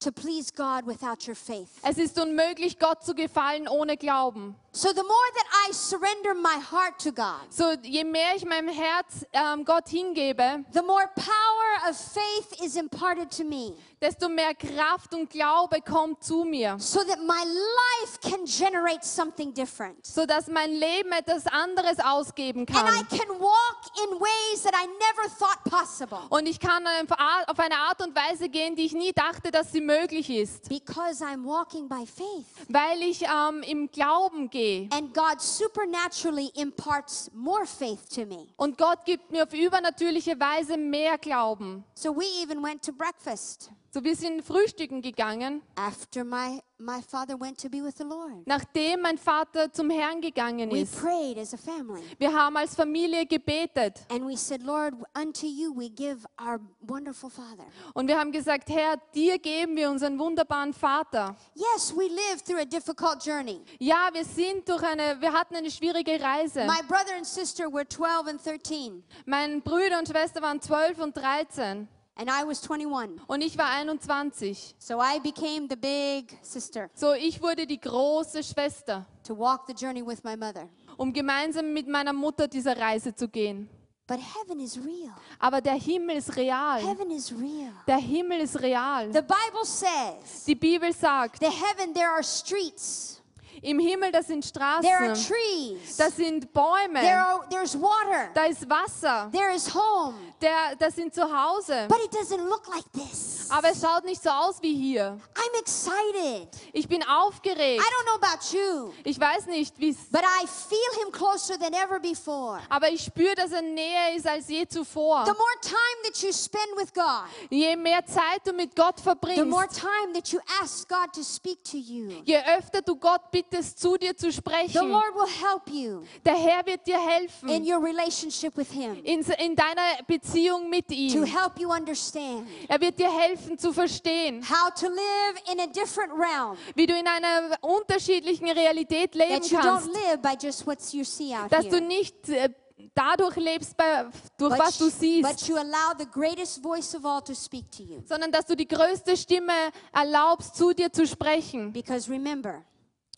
Speaker 1: to please God without your faith.
Speaker 2: Es ist unmöglich, Gott zu gefallen ohne Glauben.
Speaker 1: So the more that I surrender my heart to God,
Speaker 2: So, je mehr ich meinem Herz ähm, Gott hingebe,
Speaker 1: the more power of faith is imparted to me
Speaker 2: desto mehr Kraft und Glaube kommt zu mir,
Speaker 1: so that my life can generate something different.
Speaker 2: sodass mein Leben etwas anderes ausgeben
Speaker 1: And I
Speaker 2: kann.
Speaker 1: can walk in ways that I never thought possible
Speaker 2: Und ich kann auf Ar- auf eine Art und Weise gehen, die ich nie dachte, dass sie möglich ist,
Speaker 1: because I'm walking by faith.
Speaker 2: weil ich ähm, im Glauben gehe.
Speaker 1: And God supernaturally imparts more faith to me.
Speaker 2: Und Gott gibt mir auf übernatürliche Weise mehr Glauben.
Speaker 1: So we even went to breakfast
Speaker 2: So, wir sind frühstücken gegangen,
Speaker 1: after my, my father went to be with the Lord.
Speaker 2: nachdem mein Vater zum Herrn gegangen
Speaker 1: We
Speaker 2: ist.
Speaker 1: prayed as a family.
Speaker 2: Wir haben als Familie gebetet
Speaker 1: And we said, Lord, unto you we give our wonderful Father.
Speaker 2: und wir haben gesagt, Herr, dir geben wir unseren wunderbaren Vater.
Speaker 1: Yes, we lived through a difficult journey.
Speaker 2: Ja, wir sind durch eine, wir hatten eine schwierige Reise.
Speaker 1: My brother and sister were 12 and 13,
Speaker 2: Meine Brüder und Schwester waren 12 und 13
Speaker 1: and I was 21.
Speaker 2: und ich war 21.
Speaker 1: So I became the big sister
Speaker 2: So, ich wurde die große Schwester,
Speaker 1: to walk the journey with my mother.
Speaker 2: um gemeinsam mit meiner Mutter diese Reise zu gehen.
Speaker 1: But heaven is real.
Speaker 2: Aber der Himmel ist real.
Speaker 1: Heaven is real.
Speaker 2: Der Himmel ist real.
Speaker 1: The Bible says,
Speaker 2: Die Bibel sagt,
Speaker 1: the heaven, there are streets.
Speaker 2: Im Himmel, das sind
Speaker 1: There are
Speaker 2: Straßen,
Speaker 1: trees.
Speaker 2: das
Speaker 1: There
Speaker 2: sind Bäume,
Speaker 1: are, there's water.
Speaker 2: da ist Wasser,
Speaker 1: There is home.
Speaker 2: der, das sind Zuhause.
Speaker 1: But it doesn't look like this.
Speaker 2: Aber es schaut nicht so aus wie hier.
Speaker 1: I'm excited.
Speaker 2: Ich bin aufgeregt.
Speaker 1: I don't know about you,
Speaker 2: Ich weiß nicht, wie es.
Speaker 1: but I feel him closer than ever before.
Speaker 2: Aber ich spüre, dass er näher ist als je zuvor.
Speaker 1: The more time that you spend with God,
Speaker 2: Je mehr Zeit du mit Gott
Speaker 1: the more
Speaker 2: verbringst,
Speaker 1: time that you ask God to speak to you,
Speaker 2: je öfter du Gott bittest, zu dir zu
Speaker 1: the
Speaker 2: sprechen,
Speaker 1: Lord will help you
Speaker 2: der Herr wird dir
Speaker 1: in
Speaker 2: helfen
Speaker 1: your relationship with him
Speaker 2: in, in deiner Beziehung mit
Speaker 1: to
Speaker 2: ihm.
Speaker 1: help you understand
Speaker 2: Er wird dir helfen zu verstehen,
Speaker 1: how to live in a different realm
Speaker 2: wie du in einer unterschiedlichen Realität leben
Speaker 1: that you don't
Speaker 2: kannst,
Speaker 1: live by just what you see out
Speaker 2: dass du
Speaker 1: here.
Speaker 2: nicht äh, dadurch lebst, bei, durch was
Speaker 1: But,
Speaker 2: du
Speaker 1: you- but
Speaker 2: siehst,
Speaker 1: you allow the greatest voice of all to speak to you.
Speaker 2: sondern dass du die größte Stimme erlaubst, zu dir zu sprechen.
Speaker 1: Because remember,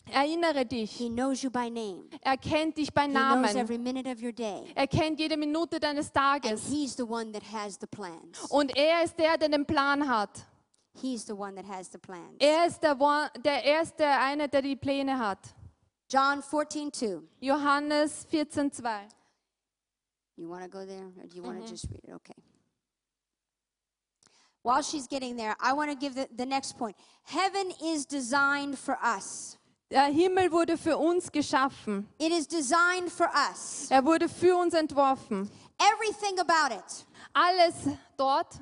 Speaker 2: Erinnere dich,
Speaker 1: He knows you by name.
Speaker 2: er kennt dich bei
Speaker 1: He knows
Speaker 2: Namen,
Speaker 1: every minute of your day.
Speaker 2: er kennt jede Minute deines
Speaker 1: And
Speaker 2: Tages.
Speaker 1: he's the one that has the plans.
Speaker 2: Und er ist der, der den Plan hat.
Speaker 1: He's the one that has the plans.
Speaker 2: Er ist der, Wa- der erste, eine, der die Pläne hat.
Speaker 1: John 14, 2.
Speaker 2: Johannes 14,2.
Speaker 1: You want to go there or do you want to just read it? Okay. While she's getting there, I want to give the, the next point. Heaven is designed for us.
Speaker 2: Der Himmel wurde für uns geschaffen.
Speaker 1: It is designed for us.
Speaker 2: Er wurde für uns entworfen.
Speaker 1: Everything about it
Speaker 2: Alles dort,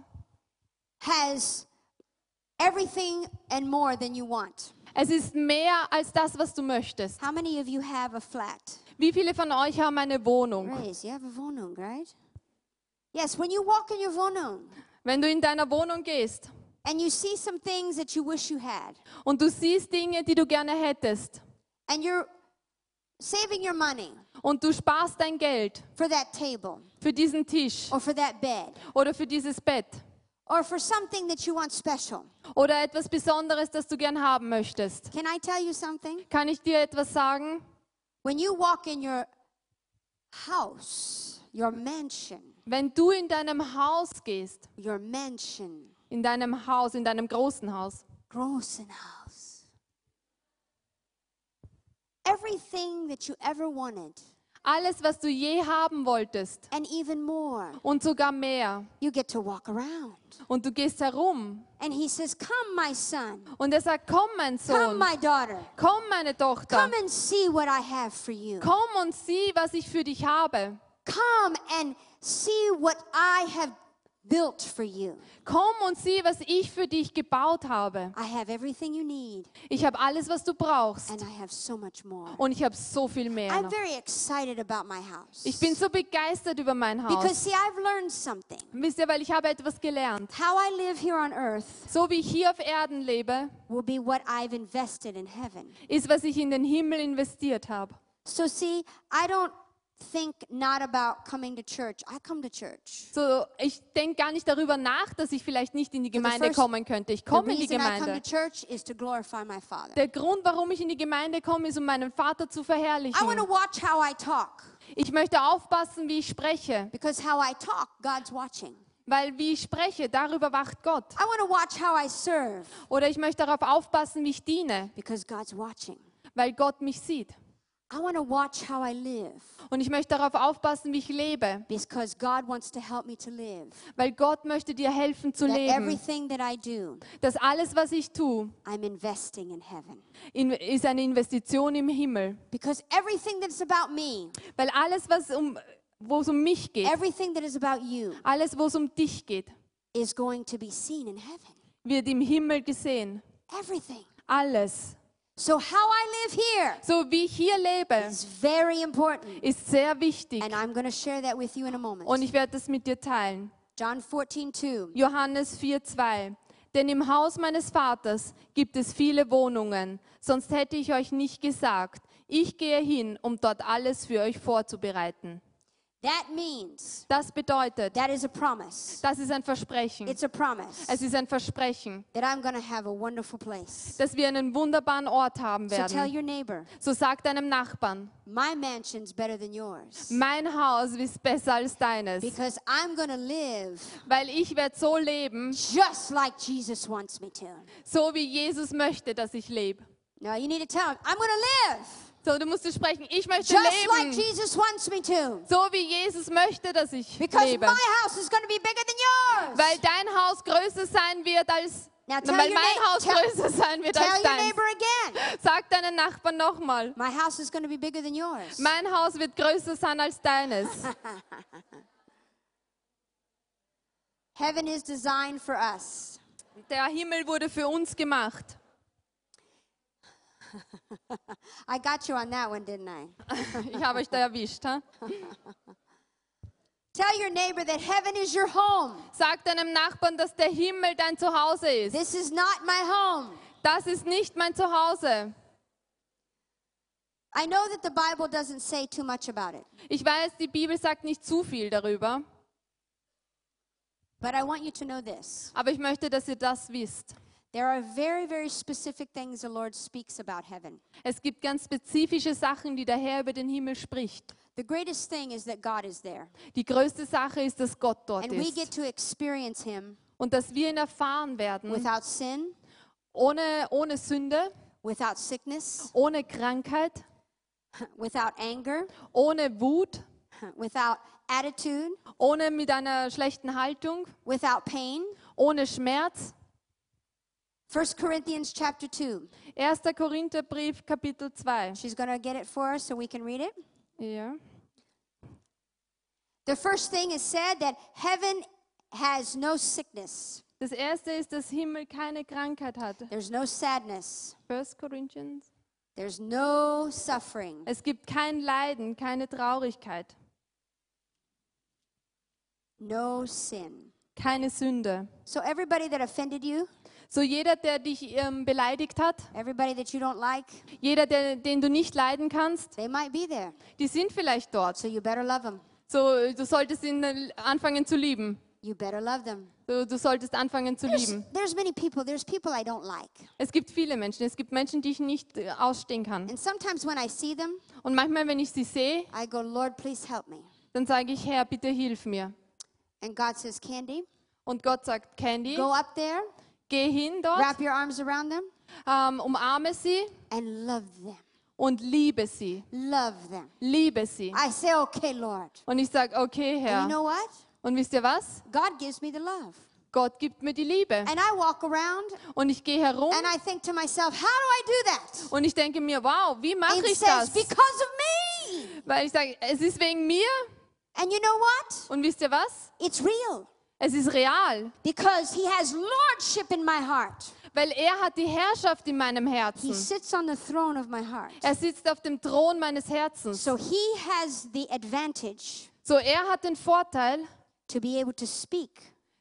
Speaker 1: has everything and more than you want.
Speaker 2: es ist mehr als das, was du möchtest.
Speaker 1: How many of you have a flat?
Speaker 2: Wie viele von euch haben eine Wohnung?
Speaker 1: Grace, you have a Wohnung, right? Yes, when you walk in your Wohnung,
Speaker 2: Wenn du in deiner Wohnung gehst
Speaker 1: and you see some things that you wish you had,
Speaker 2: und du siehst Dinge, die du gerne hättest
Speaker 1: and you're saving your money
Speaker 2: und du sparst dein Geld
Speaker 1: for that table
Speaker 2: für diesen Tisch
Speaker 1: or for that bed
Speaker 2: oder für dieses Bett
Speaker 1: or for something that you want special.
Speaker 2: oder etwas Besonderes, das du gern haben möchtest.
Speaker 1: Can I tell you something?
Speaker 2: Kann ich dir etwas sagen?
Speaker 1: When you walk in your house, your mansion,
Speaker 2: Wenn du in deinem Haus gehst,
Speaker 1: your mansion,
Speaker 2: in deinem Haus, in deinem großen Haus,
Speaker 1: Grossenhaus, everything that you ever wanted
Speaker 2: alles, was du je haben wolltest
Speaker 1: and even more,
Speaker 2: und sogar mehr,
Speaker 1: you get to walk around.
Speaker 2: und du gehst herum
Speaker 1: And he says, Come, my son,
Speaker 2: und er sagt, komm mein
Speaker 1: come,
Speaker 2: Sohn,
Speaker 1: my daughter.
Speaker 2: komm meine Tochter,
Speaker 1: Come and see what I have for you.
Speaker 2: komm und sieh, was ich für dich habe,
Speaker 1: Come and see what I have built for you.
Speaker 2: komm und sieh, was ich für dich gebaut habe.
Speaker 1: I have everything you need,
Speaker 2: Ich habe alles, was du brauchst
Speaker 1: and I have so much more.
Speaker 2: und ich habe so viel mehr.
Speaker 1: I'm
Speaker 2: Noch.
Speaker 1: very excited about my house.
Speaker 2: Ich bin so begeistert über mein
Speaker 1: Because,
Speaker 2: Haus.
Speaker 1: see, I've learned something.
Speaker 2: Wisst ihr, weil ich habe etwas gelernt.
Speaker 1: How I live here on earth
Speaker 2: So wie ich hier auf Erden lebe,
Speaker 1: will be what I've invested in heaven.
Speaker 2: ist, was ich in den Himmel investiert habe.
Speaker 1: So, see, I don't think not about coming to church. I come to church.
Speaker 2: So, ich denke gar nicht darüber nach, dass ich vielleicht nicht in die Gemeinde
Speaker 1: first-
Speaker 2: kommen könnte. Ich
Speaker 1: The
Speaker 2: komme in die
Speaker 1: reason I come
Speaker 2: Gemeinde.
Speaker 1: to church is to glorify my Father.
Speaker 2: Der Grund, warum ich in die Gemeinde komme, ist, um meinen Vater zu
Speaker 1: I want to
Speaker 2: verherrlichen.
Speaker 1: watch how I talk.
Speaker 2: Ich möchte aufpassen, wie ich spreche,
Speaker 1: Because how I talk, God's watching.
Speaker 2: weil wie ich spreche, darüber wacht Gott.
Speaker 1: I want to watch how I serve
Speaker 2: Oder ich möchte darauf aufpassen, wie ich diene,
Speaker 1: because God's watching.
Speaker 2: weil Gott mich sieht.
Speaker 1: I want to watch how I live
Speaker 2: Und ich möchte darauf aufpassen, wie ich lebe,
Speaker 1: because God wants to help me to live.
Speaker 2: weil Gott möchte dir helfen zu
Speaker 1: That
Speaker 2: leben.
Speaker 1: everything that I do,
Speaker 2: Dass alles, was ich tue,
Speaker 1: I'm investing in heaven.
Speaker 2: in, ist eine Investition im Himmel.
Speaker 1: Because everything that's about me,
Speaker 2: Weil alles, was um, wo es um mich geht,
Speaker 1: everything that is about you,
Speaker 2: alles, wo es um dich geht,
Speaker 1: is going to be seen in heaven.
Speaker 2: wird im Himmel gesehen.
Speaker 1: Everything.
Speaker 2: Alles.
Speaker 1: So, how I live here
Speaker 2: So wie ich hier lebe,
Speaker 1: is very important.
Speaker 2: ist sehr wichtig.
Speaker 1: And I'm going to share that with you in a
Speaker 2: Und
Speaker 1: moment.
Speaker 2: ich werde das mit dir teilen.
Speaker 1: John 14, 2.
Speaker 2: Johannes 4,2. Denn im Haus meines Vaters gibt es viele Wohnungen, sonst hätte ich euch nicht gesagt, ich gehe hin, um dort alles für euch vorzubereiten.
Speaker 1: That means
Speaker 2: Das bedeutet,
Speaker 1: that is a promise.
Speaker 2: das ist ein Versprechen.
Speaker 1: It's a promise.
Speaker 2: Es ist ein Versprechen,
Speaker 1: that I'm going to have a wonderful place.
Speaker 2: dass wir einen wunderbaren Ort haben
Speaker 1: So tell
Speaker 2: werden.
Speaker 1: your neighbor,
Speaker 2: So sag deinem Nachbarn,
Speaker 1: my mansion's better than yours
Speaker 2: mein Haus ist besser als deines,
Speaker 1: because I'm going to live
Speaker 2: weil ich werde so leben,
Speaker 1: just like Jesus wants me to.
Speaker 2: so wie Jesus möchte, dass ich lebe.
Speaker 1: No, you need to tell him, I'm going to live
Speaker 2: So, du musst dir sprechen, ich möchte
Speaker 1: just like
Speaker 2: leben,
Speaker 1: Jesus wants me to.
Speaker 2: so wie Jesus möchte, dass ich
Speaker 1: Because
Speaker 2: lebe.
Speaker 1: my house is going to be bigger than yours.
Speaker 2: Weil dein Haus größer sein wird als,
Speaker 1: Now tell
Speaker 2: weil
Speaker 1: your
Speaker 2: mein
Speaker 1: neigh-
Speaker 2: Haus
Speaker 1: tell-
Speaker 2: größer sein wird
Speaker 1: Tell
Speaker 2: als
Speaker 1: your
Speaker 2: dein.
Speaker 1: neighbor again,
Speaker 2: Sag deinen Nachbarn nochmal,
Speaker 1: my house is going to be bigger than yours.
Speaker 2: mein Haus wird größer sein als deines.
Speaker 1: Heaven is designed for us.
Speaker 2: Der Himmel wurde für uns gemacht.
Speaker 1: I got you on that one, didn't I?
Speaker 2: Ich habe euch da erwischt. Ha?
Speaker 1: Tell your neighbor that heaven is your home.
Speaker 2: Sag deinem Nachbarn, dass der Himmel dein Zuhause ist.
Speaker 1: This is not my home.
Speaker 2: Das ist nicht mein Zuhause.
Speaker 1: I know that the Bible doesn't say too much about it,
Speaker 2: Ich weiß, die Bibel sagt nicht zu viel darüber,
Speaker 1: but I want you to know this.
Speaker 2: aber ich möchte, dass ihr das wisst.
Speaker 1: There are very, very specific things the Lord speaks about heaven.
Speaker 2: Es gibt ganz spezifische Sachen, die der Herr über den Himmel spricht.
Speaker 1: The greatest thing is that God is there,
Speaker 2: Die größte Sache ist, dass Gott dort
Speaker 1: and we get
Speaker 2: ist
Speaker 1: to experience Him
Speaker 2: und dass wir ihn erfahren werden,
Speaker 1: without sin,
Speaker 2: ohne, ohne Sünde,
Speaker 1: without sickness,
Speaker 2: ohne Krankheit,
Speaker 1: without anger,
Speaker 2: ohne Wut,
Speaker 1: without attitude,
Speaker 2: ohne mit einer schlechten Haltung,
Speaker 1: without pain.
Speaker 2: ohne Schmerz.
Speaker 1: 1 Corinthians chapter 2.
Speaker 2: 1. Korintherbrief, Kapitel 2.
Speaker 1: She's going to get it for us so we can read it.
Speaker 2: Ja.
Speaker 1: The first thing is said that heaven has no sickness,
Speaker 2: Das erste ist, dass Himmel keine Krankheit hat.
Speaker 1: there's no sadness,
Speaker 2: 1. Corinthians.
Speaker 1: there's no suffering.
Speaker 2: Es gibt kein Leiden, keine Traurigkeit,
Speaker 1: no sin.
Speaker 2: keine Sünde.
Speaker 1: So, everybody that offended you,
Speaker 2: So jeder, der dich ähm, beleidigt hat,
Speaker 1: everybody that you don't like,
Speaker 2: jeder, der, den du nicht leiden kannst,
Speaker 1: they might be there.
Speaker 2: die sind vielleicht dort.
Speaker 1: So, you better love them.
Speaker 2: So äh, du solltest ihn äh, anfangen zu lieben.
Speaker 1: You better love them.
Speaker 2: So, du solltest anfangen zu
Speaker 1: There's,
Speaker 2: lieben.
Speaker 1: there's many people, there's people I don't like.
Speaker 2: Es gibt viele Menschen. Es gibt Menschen, die ich nicht äh, ausstehen kann.
Speaker 1: And sometimes when I see them,
Speaker 2: Und manchmal, wenn ich sie sehe,
Speaker 1: I go, Lord, please help me.
Speaker 2: dann sage ich, Herr, bitte hilf mir.
Speaker 1: And God says, Candy,
Speaker 2: Und Gott sagt, Candy,
Speaker 1: go up there,
Speaker 2: geh hin dort,
Speaker 1: wrap your arms around them,
Speaker 2: ähm, umarme sie
Speaker 1: and love them.
Speaker 2: und liebe sie.
Speaker 1: Love them.
Speaker 2: Liebe sie.
Speaker 1: I say, okay, Lord.
Speaker 2: Und ich sage, okay,
Speaker 1: And you
Speaker 2: Herr.
Speaker 1: know what?
Speaker 2: Und wisst ihr was?
Speaker 1: God gives me the love.
Speaker 2: Gott gibt mir die Liebe.
Speaker 1: And I walk around
Speaker 2: Und ich gehe herum
Speaker 1: and I think to myself, how do I do that?
Speaker 2: und ich denke mir, wow, wie mache
Speaker 1: And it
Speaker 2: ich
Speaker 1: says,
Speaker 2: das?
Speaker 1: because of me.
Speaker 2: Weil ich sage, es ist wegen mir.
Speaker 1: And you know what?
Speaker 2: Und wisst ihr was?
Speaker 1: It's real.
Speaker 2: Es ist real.
Speaker 1: Because he has lordship in my heart.
Speaker 2: Weil er hat die Herrschaft in meinem
Speaker 1: He
Speaker 2: Herzen.
Speaker 1: sits on the throne of my heart.
Speaker 2: Er sitzt auf dem Thron meines Herzens.
Speaker 1: So he has the advantage
Speaker 2: So, er hat den Vorteil,
Speaker 1: to be able to speak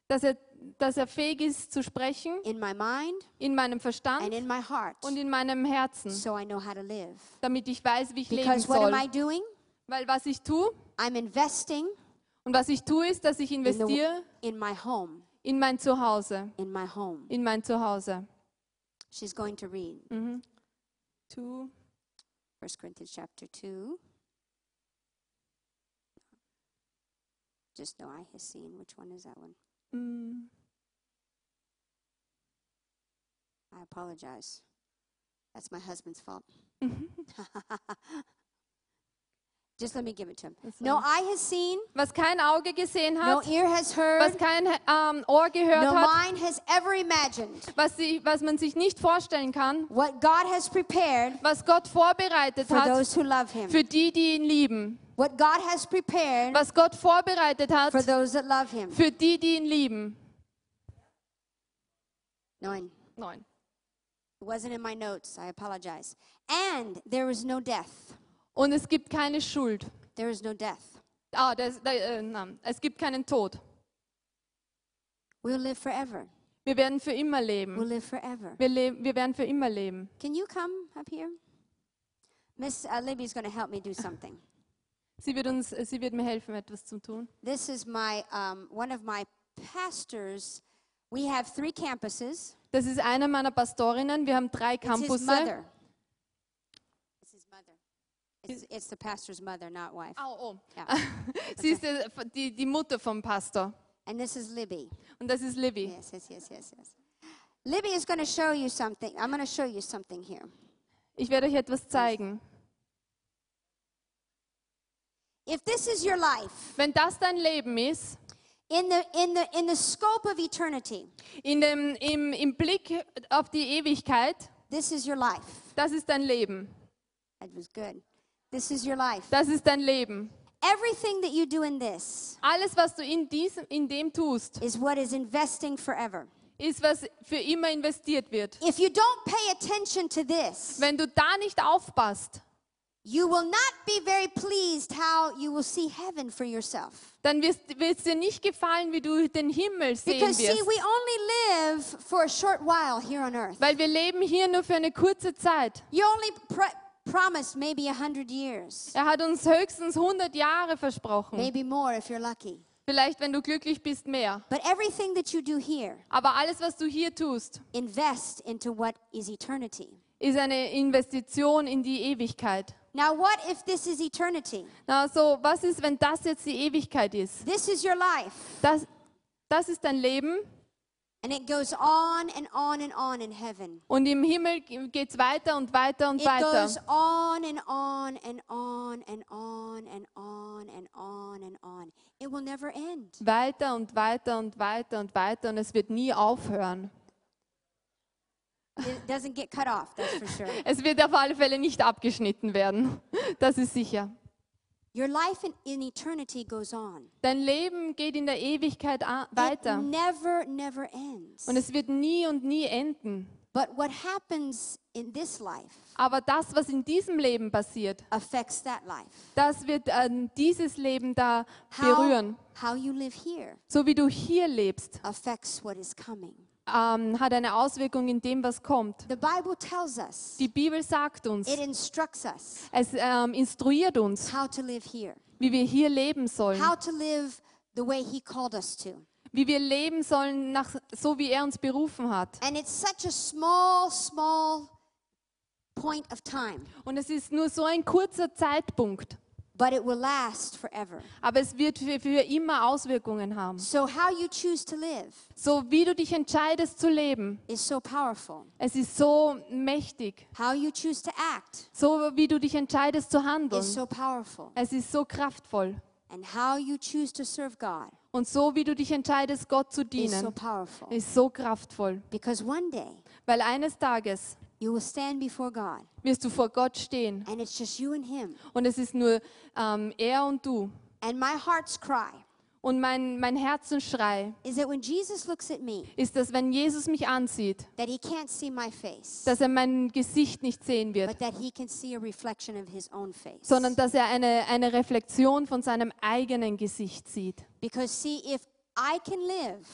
Speaker 2: dass er, dass er fähig ist zu sprechen
Speaker 1: in my mind
Speaker 2: in meinem
Speaker 1: and
Speaker 2: Verstand
Speaker 1: in my heart.
Speaker 2: und in meinem Herzen,
Speaker 1: So I know how to live.
Speaker 2: damit ich weiß, wie ich leben
Speaker 1: Because what am I
Speaker 2: soll.
Speaker 1: doing?
Speaker 2: Weil was ich tue
Speaker 1: I'm investing
Speaker 2: und was ich tue, ist, dass ich
Speaker 1: in, the-
Speaker 2: investiere
Speaker 1: in my home.
Speaker 2: in mein Zuhause.
Speaker 1: In my home.
Speaker 2: In mein Zuhause.
Speaker 1: She's going to read
Speaker 2: Mhm. Zu-
Speaker 1: 1 Corinthians chapter 2. Just know I have seen. Which one is that one?
Speaker 2: mm,
Speaker 1: I apologize. That's my husband's fault.
Speaker 2: Mm-hmm.
Speaker 1: Just let me give it to him.
Speaker 2: That's
Speaker 1: No
Speaker 2: fine.
Speaker 1: eye has seen,
Speaker 2: Was kein Auge gesehen
Speaker 1: no
Speaker 2: hat,
Speaker 1: ear has
Speaker 2: was
Speaker 1: heard,
Speaker 2: kein ähm, Ohr gehört
Speaker 1: no
Speaker 2: hat,
Speaker 1: mind has ever imagined
Speaker 2: was, sie, was man sich nicht vorstellen kann,
Speaker 1: what God has prepared
Speaker 2: was Gott vorbereitet
Speaker 1: for
Speaker 2: hat
Speaker 1: those who love Him.
Speaker 2: für die, die ihn lieben.
Speaker 1: What God has prepared
Speaker 2: Was Gott vorbereitet hat
Speaker 1: for those that love Him.
Speaker 2: für die, die ihn lieben.
Speaker 1: Nine.
Speaker 2: Neun.
Speaker 1: It wasn't in my notes. I apologize. And there is no death.
Speaker 2: Und es gibt keine Schuld.
Speaker 1: There is no death.
Speaker 2: Ah, das, da, äh, na, es gibt keinen Tod.
Speaker 1: We'll live forever.
Speaker 2: Wir werden für immer
Speaker 1: We'll
Speaker 2: leben.
Speaker 1: live forever.
Speaker 2: Wir, le wir werden für immer leben.
Speaker 1: Can you come up here? Miss uh, Libby's going to help me do something.
Speaker 2: Sie wird, uns, sie wird mir helfen, etwas zu tun.
Speaker 1: This is my um, one of my pastors. We have three campuses.
Speaker 2: Das ist eine meiner Pastorinnen. Wir haben drei
Speaker 1: It's his
Speaker 2: Campusse.
Speaker 1: mother. It's his mother. It's, it's the pastor's mother, not wife.
Speaker 2: Au, oh.
Speaker 1: Yeah.
Speaker 2: Sie ist äh, die, die Mutter vom Pastor.
Speaker 1: And this is Libby.
Speaker 2: Und das ist Libby.
Speaker 1: Yes, yes, yes, yes, yes. Libby is going to show you something. I'm going to show you something here.
Speaker 2: Ich werde euch etwas zeigen.
Speaker 1: If this is your life,
Speaker 2: Wenn das dein Leben ist,
Speaker 1: in the, in the, in the scope of eternity,
Speaker 2: in dem, im, im Blick auf die Ewigkeit,
Speaker 1: this is your life.
Speaker 2: das ist dein Leben.
Speaker 1: That was good. This is your life.
Speaker 2: Das ist dein Leben.
Speaker 1: Everything that you do in this
Speaker 2: Alles, was du in, diesem, in dem tust,
Speaker 1: is what is investing forever.
Speaker 2: ist, was für immer investiert wird.
Speaker 1: If you don't pay attention to this,
Speaker 2: Wenn du da nicht aufpasst,
Speaker 1: you will not be very pleased how you will see heaven for yourself.
Speaker 2: dann wirst es dir nicht gefallen, wie du den Himmel sehen
Speaker 1: Because, see,
Speaker 2: wirst.
Speaker 1: we only live for a short while here on earth.
Speaker 2: Weil wir leben hier nur für eine kurze Zeit.
Speaker 1: You only pr- promised maybe a hundred years,
Speaker 2: Er hat uns höchstens 100 Jahre versprochen.
Speaker 1: maybe more if you're lucky.
Speaker 2: Vielleicht, wenn du glücklich bist, mehr.
Speaker 1: But everything that you do here,
Speaker 2: Aber alles, was du hier tust,
Speaker 1: invest into what is eternity.
Speaker 2: ist eine Investition in die Ewigkeit.
Speaker 1: Now, what if this is eternity?
Speaker 2: Na, so, was ist, wenn das jetzt die Ewigkeit ist?
Speaker 1: This is your life,
Speaker 2: Das, das ist dein Leben
Speaker 1: and it goes on and on and on in heaven.
Speaker 2: und im Himmel geht es weiter und weiter und
Speaker 1: It
Speaker 2: weiter.
Speaker 1: goes on and on and on and on and on and on and on. It will never end.
Speaker 2: Weiter und weiter und weiter und weiter und es wird nie aufhören.
Speaker 1: It doesn't get cut off, that's for sure.
Speaker 2: Es wird auf alle Fälle nicht abgeschnitten werden. Das ist sicher.
Speaker 1: Your life in, in eternity goes on.
Speaker 2: Dein Leben geht in der Ewigkeit a-
Speaker 1: It
Speaker 2: weiter
Speaker 1: never, never ends.
Speaker 2: und es wird nie und nie enden.
Speaker 1: But what happens in this life
Speaker 2: Aber das, was in diesem Leben passiert,
Speaker 1: affects that life.
Speaker 2: das wird ähm, dieses Leben da
Speaker 1: How,
Speaker 2: berühren.
Speaker 1: how you live here
Speaker 2: So wie du hier lebst,
Speaker 1: affects what is coming.
Speaker 2: ähm, hat eine Auswirkung in dem, was kommt.
Speaker 1: The Bible tells us,
Speaker 2: Die Bibel sagt uns,
Speaker 1: it instructs us
Speaker 2: es ähm, instruiert uns,
Speaker 1: how to live here,
Speaker 2: wie wir hier leben sollen,
Speaker 1: how to live the way He called us to.
Speaker 2: wie wir leben sollen, nach, so wie er uns berufen hat.
Speaker 1: And it's such a small, small point of time,
Speaker 2: Und es ist nur so ein kurzer Zeitpunkt,
Speaker 1: but it will last forever.
Speaker 2: aber es wird für, für immer Auswirkungen haben.
Speaker 1: So, how you choose to live
Speaker 2: So wie du dich entscheidest zu leben,
Speaker 1: is so powerful.
Speaker 2: es ist so mächtig.
Speaker 1: How you choose to act
Speaker 2: So wie du dich entscheidest zu
Speaker 1: is
Speaker 2: handeln,
Speaker 1: so powerful.
Speaker 2: es ist so kraftvoll.
Speaker 1: And how you choose to serve God
Speaker 2: Und so wie du dich entscheidest, Gott zu
Speaker 1: is so
Speaker 2: dienen,
Speaker 1: powerful.
Speaker 2: ist so kraftvoll.
Speaker 1: Because one day
Speaker 2: Weil eines Tages
Speaker 1: you will stand before God
Speaker 2: wirst du vor Gott stehen
Speaker 1: and it's just you and Him.
Speaker 2: und es ist nur ähm, er und du.
Speaker 1: And my heart's cry
Speaker 2: Und mein, mein Herzensschrei
Speaker 1: is that when Jesus looks at me,
Speaker 2: ist, dass wenn Jesus mich ansieht,
Speaker 1: that He can't see my face,
Speaker 2: dass er mein Gesicht nicht sehen wird,
Speaker 1: but that He can see a reflection of His own face.
Speaker 2: sondern dass er eine, eine Reflexion von seinem eigenen Gesicht sieht.
Speaker 1: Because, see, if I can live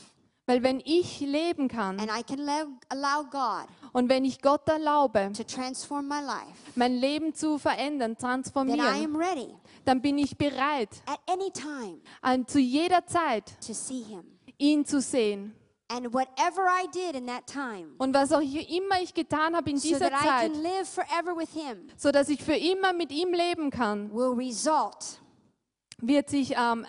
Speaker 2: Weil wenn ich leben kann
Speaker 1: and I can le- allow God
Speaker 2: und wenn ich Gott erlaube,
Speaker 1: to transform my life,
Speaker 2: mein Leben zu
Speaker 1: then
Speaker 2: verändern,
Speaker 1: I am
Speaker 2: transformieren,
Speaker 1: ready
Speaker 2: dann bin ich bereit,
Speaker 1: at any time
Speaker 2: an, zu jeder Zeit
Speaker 1: to see Him.
Speaker 2: ihn zu sehen.
Speaker 1: And whatever I did in that time,
Speaker 2: Und was auch immer ich getan habe in
Speaker 1: so
Speaker 2: dieser
Speaker 1: that I
Speaker 2: Zeit,
Speaker 1: can live forever with Him,
Speaker 2: so dass ich für immer mit ihm leben kann,
Speaker 1: will result.
Speaker 2: wird sich, ähm,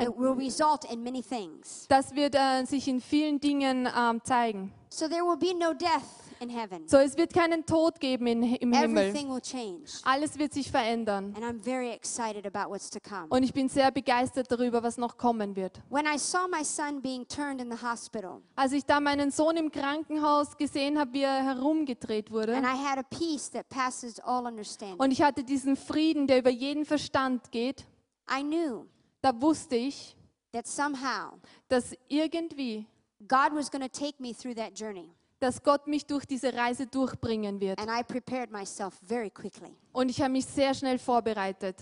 Speaker 1: It will result in many things.
Speaker 2: das wird äh, sich in vielen Dingen ähm, zeigen.
Speaker 1: So there will be no death in heaven.
Speaker 2: So, es wird keinen Tod geben in, im Himmel.
Speaker 1: Everything will change.
Speaker 2: Alles wird sich verändern.
Speaker 1: And I'm very excited about what's to come.
Speaker 2: Und ich bin sehr begeistert darüber, was noch kommen wird.
Speaker 1: When I saw my son being turned in the hospital,
Speaker 2: Als ich da meinen Sohn im Krankenhaus gesehen habe, wie er herumgedreht wurde,
Speaker 1: and I had a peace that passes all understanding,
Speaker 2: und ich hatte diesen Frieden, der über jeden Verstand geht,
Speaker 1: I knew
Speaker 2: da wusste ich,
Speaker 1: that somehow
Speaker 2: dass irgendwie,
Speaker 1: God was going to take me through that journey.
Speaker 2: dass Gott mich durch diese Reise durchbringen wird.
Speaker 1: And I prepared myself very quickly.
Speaker 2: Und ich habe mich sehr schnell vorbereitet.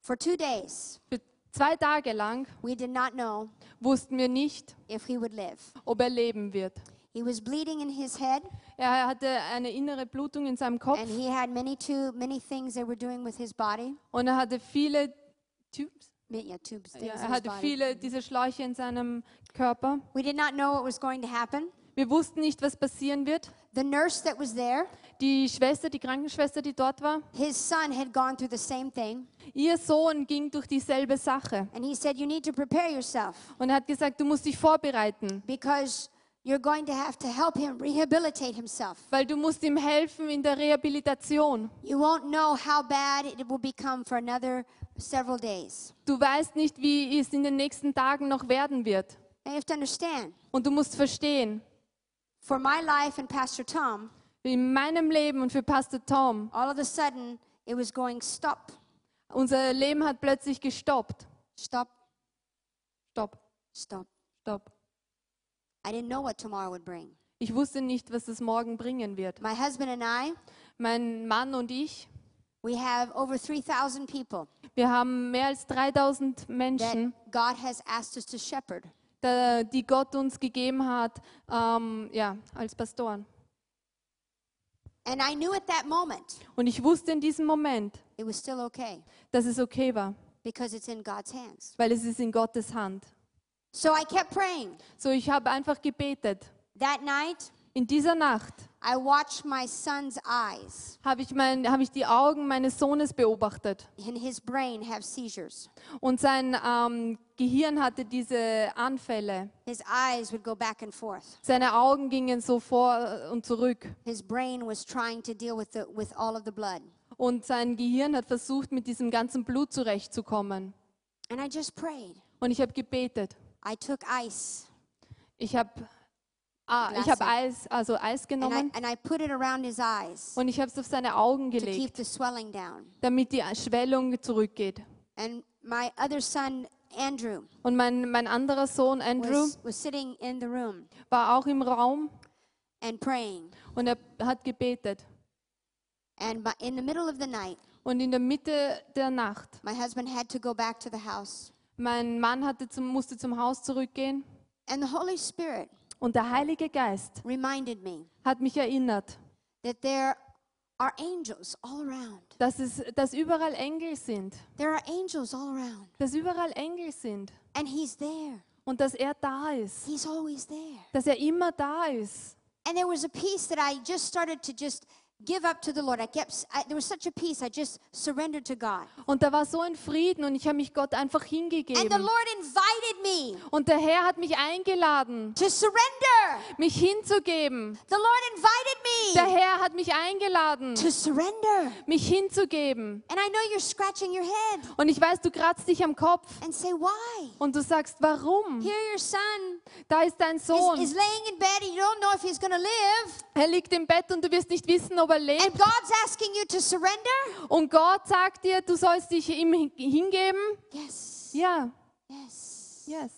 Speaker 1: For two days,
Speaker 2: Für zwei Tage lang
Speaker 1: we did not know
Speaker 2: wussten wir nicht,
Speaker 1: if he would live.
Speaker 2: ob er leben wird.
Speaker 1: He was bleeding in his head,
Speaker 2: Er hatte eine innere Blutung in seinem Kopf
Speaker 1: and he had many too many things they were doing with his body.
Speaker 2: und er hatte viele Tubes.
Speaker 1: Mi- Yeah, tubes, things
Speaker 2: Ja,
Speaker 1: in
Speaker 2: er
Speaker 1: his
Speaker 2: hatte
Speaker 1: body.
Speaker 2: viele diese Schläuche in seinem Körper.
Speaker 1: We did not know what was going to happen.
Speaker 2: Wir wussten nicht, was passieren wird.
Speaker 1: The nurse that was there,
Speaker 2: Die Schwester, die Krankenschwester, die dort war,
Speaker 1: his son had gone through the same thing.
Speaker 2: ihr Sohn ging durch dieselbe Sache
Speaker 1: And he said, You need to prepare yourself
Speaker 2: und er hat gesagt, du musst dich vorbereiten,
Speaker 1: because You're going to have to help him rehabilitate himself.
Speaker 2: weil du musst ihm helfen in der Rehabilitation.
Speaker 1: You won't know how bad it will become for another several days.
Speaker 2: Du weißt nicht, wie es in den nächsten Tagen noch werden wird.
Speaker 1: Now you have to understand,
Speaker 2: Und du musst verstehen,
Speaker 1: for my life and Pastor Tom,
Speaker 2: in meinem Leben und für Pastor Tom,
Speaker 1: all of a sudden it was going stop,
Speaker 2: unser Leben hat plötzlich gestoppt.
Speaker 1: stop,
Speaker 2: Stopp,
Speaker 1: stop.
Speaker 2: stopp.
Speaker 1: I didn't know what tomorrow would bring.
Speaker 2: Ich wusste nicht, was es morgen bringen wird.
Speaker 1: My husband and I,
Speaker 2: Mein Mann und ich,
Speaker 1: we have over 3,000 people
Speaker 2: wir haben mehr als 3000
Speaker 1: that
Speaker 2: Menschen,
Speaker 1: God has asked us to shepherd.
Speaker 2: da- die Gott uns gegeben hat, ähm, ja, als Pastoren.
Speaker 1: And I knew at that moment
Speaker 2: Und ich wusste in diesem Moment,
Speaker 1: it was still okay
Speaker 2: dass es okay war,
Speaker 1: because it's in God's hands.
Speaker 2: weil es ist in Gottes Hand.
Speaker 1: So I kept praying.
Speaker 2: So, ich habe einfach gebetet.
Speaker 1: That night,
Speaker 2: In dieser Nacht
Speaker 1: I watched my son's eyes
Speaker 2: habe ich, mein, habe ich die Augen meines Sohnes beobachtet
Speaker 1: and his brain have seizures.
Speaker 2: und sein ähm, Gehirn hatte diese Anfälle.
Speaker 1: His eyes would go back and forth.
Speaker 2: Seine Augen gingen so vor äh, und zurück
Speaker 1: His brain was trying to deal with, the, with all of the blood.
Speaker 2: und sein Gehirn hat versucht, mit diesem ganzen Blut zurechtzukommen.
Speaker 1: And I just prayed.
Speaker 2: Und ich habe gebetet.
Speaker 1: I took ice
Speaker 2: Ich habe ah, ich
Speaker 1: Glasse.
Speaker 2: habe Eis, also Eis
Speaker 1: and I,
Speaker 2: genommen
Speaker 1: and I put it around his eyes
Speaker 2: und ich habe es auf seine Augen
Speaker 1: to keep
Speaker 2: gelegt,
Speaker 1: the swelling down.
Speaker 2: damit die Schwellung zurückgeht.
Speaker 1: And my other son, Andrew,
Speaker 2: Und mein, mein anderer Sohn Andrew
Speaker 1: was, was sitting in the room
Speaker 2: war auch im Raum
Speaker 1: and praying.
Speaker 2: und er hat gebetet.
Speaker 1: And by, in the middle of the night,
Speaker 2: Und in der Mitte der Nacht,
Speaker 1: my husband had to go back to the house.
Speaker 2: mein Mann hatte zum, musste zum Haus zurückgehen
Speaker 1: And the Holy Spirit
Speaker 2: und der Heilige Geist
Speaker 1: reminded me
Speaker 2: hat mich erinnert,
Speaker 1: that there are angels all around.
Speaker 2: dass, es, dass überall Engel sind,
Speaker 1: There are angels all around.
Speaker 2: dass überall Engel sind
Speaker 1: And he's there.
Speaker 2: und dass er da ist,
Speaker 1: He's always there.
Speaker 2: dass er immer da ist.
Speaker 1: And there was a peace that I just started to just give up to the Lord. I kept I, there was such a peace. I just surrendered to God.
Speaker 2: Und da war so ein Frieden und ich habe mich Gott einfach
Speaker 1: And the
Speaker 2: hingegeben.
Speaker 1: Lord invited me
Speaker 2: Und der Herr hat mich eingeladen,
Speaker 1: to surrender.
Speaker 2: mich hinzugeben.
Speaker 1: The Lord invited
Speaker 2: Der
Speaker 1: me
Speaker 2: Herr hat mich eingeladen,
Speaker 1: to surrender.
Speaker 2: mich hinzugeben.
Speaker 1: And I know you're scratching your head
Speaker 2: Und ich weiß, du kratzt dich am Kopf
Speaker 1: and say, "Why?"
Speaker 2: und du sagst, warum?
Speaker 1: Here, your son
Speaker 2: Da ist dein
Speaker 1: is,
Speaker 2: Sohn.
Speaker 1: is laying in bed. And you don't know if he's going to live.
Speaker 2: Er liegt im Bett und du wirst nicht wissen, ob er lebt.
Speaker 1: And God's asking you to surrender.
Speaker 2: Und Gott sagt dir, du sollst dich ihm hin- hingeben.
Speaker 1: Yes.
Speaker 2: Ja,
Speaker 1: Yes.
Speaker 2: yes.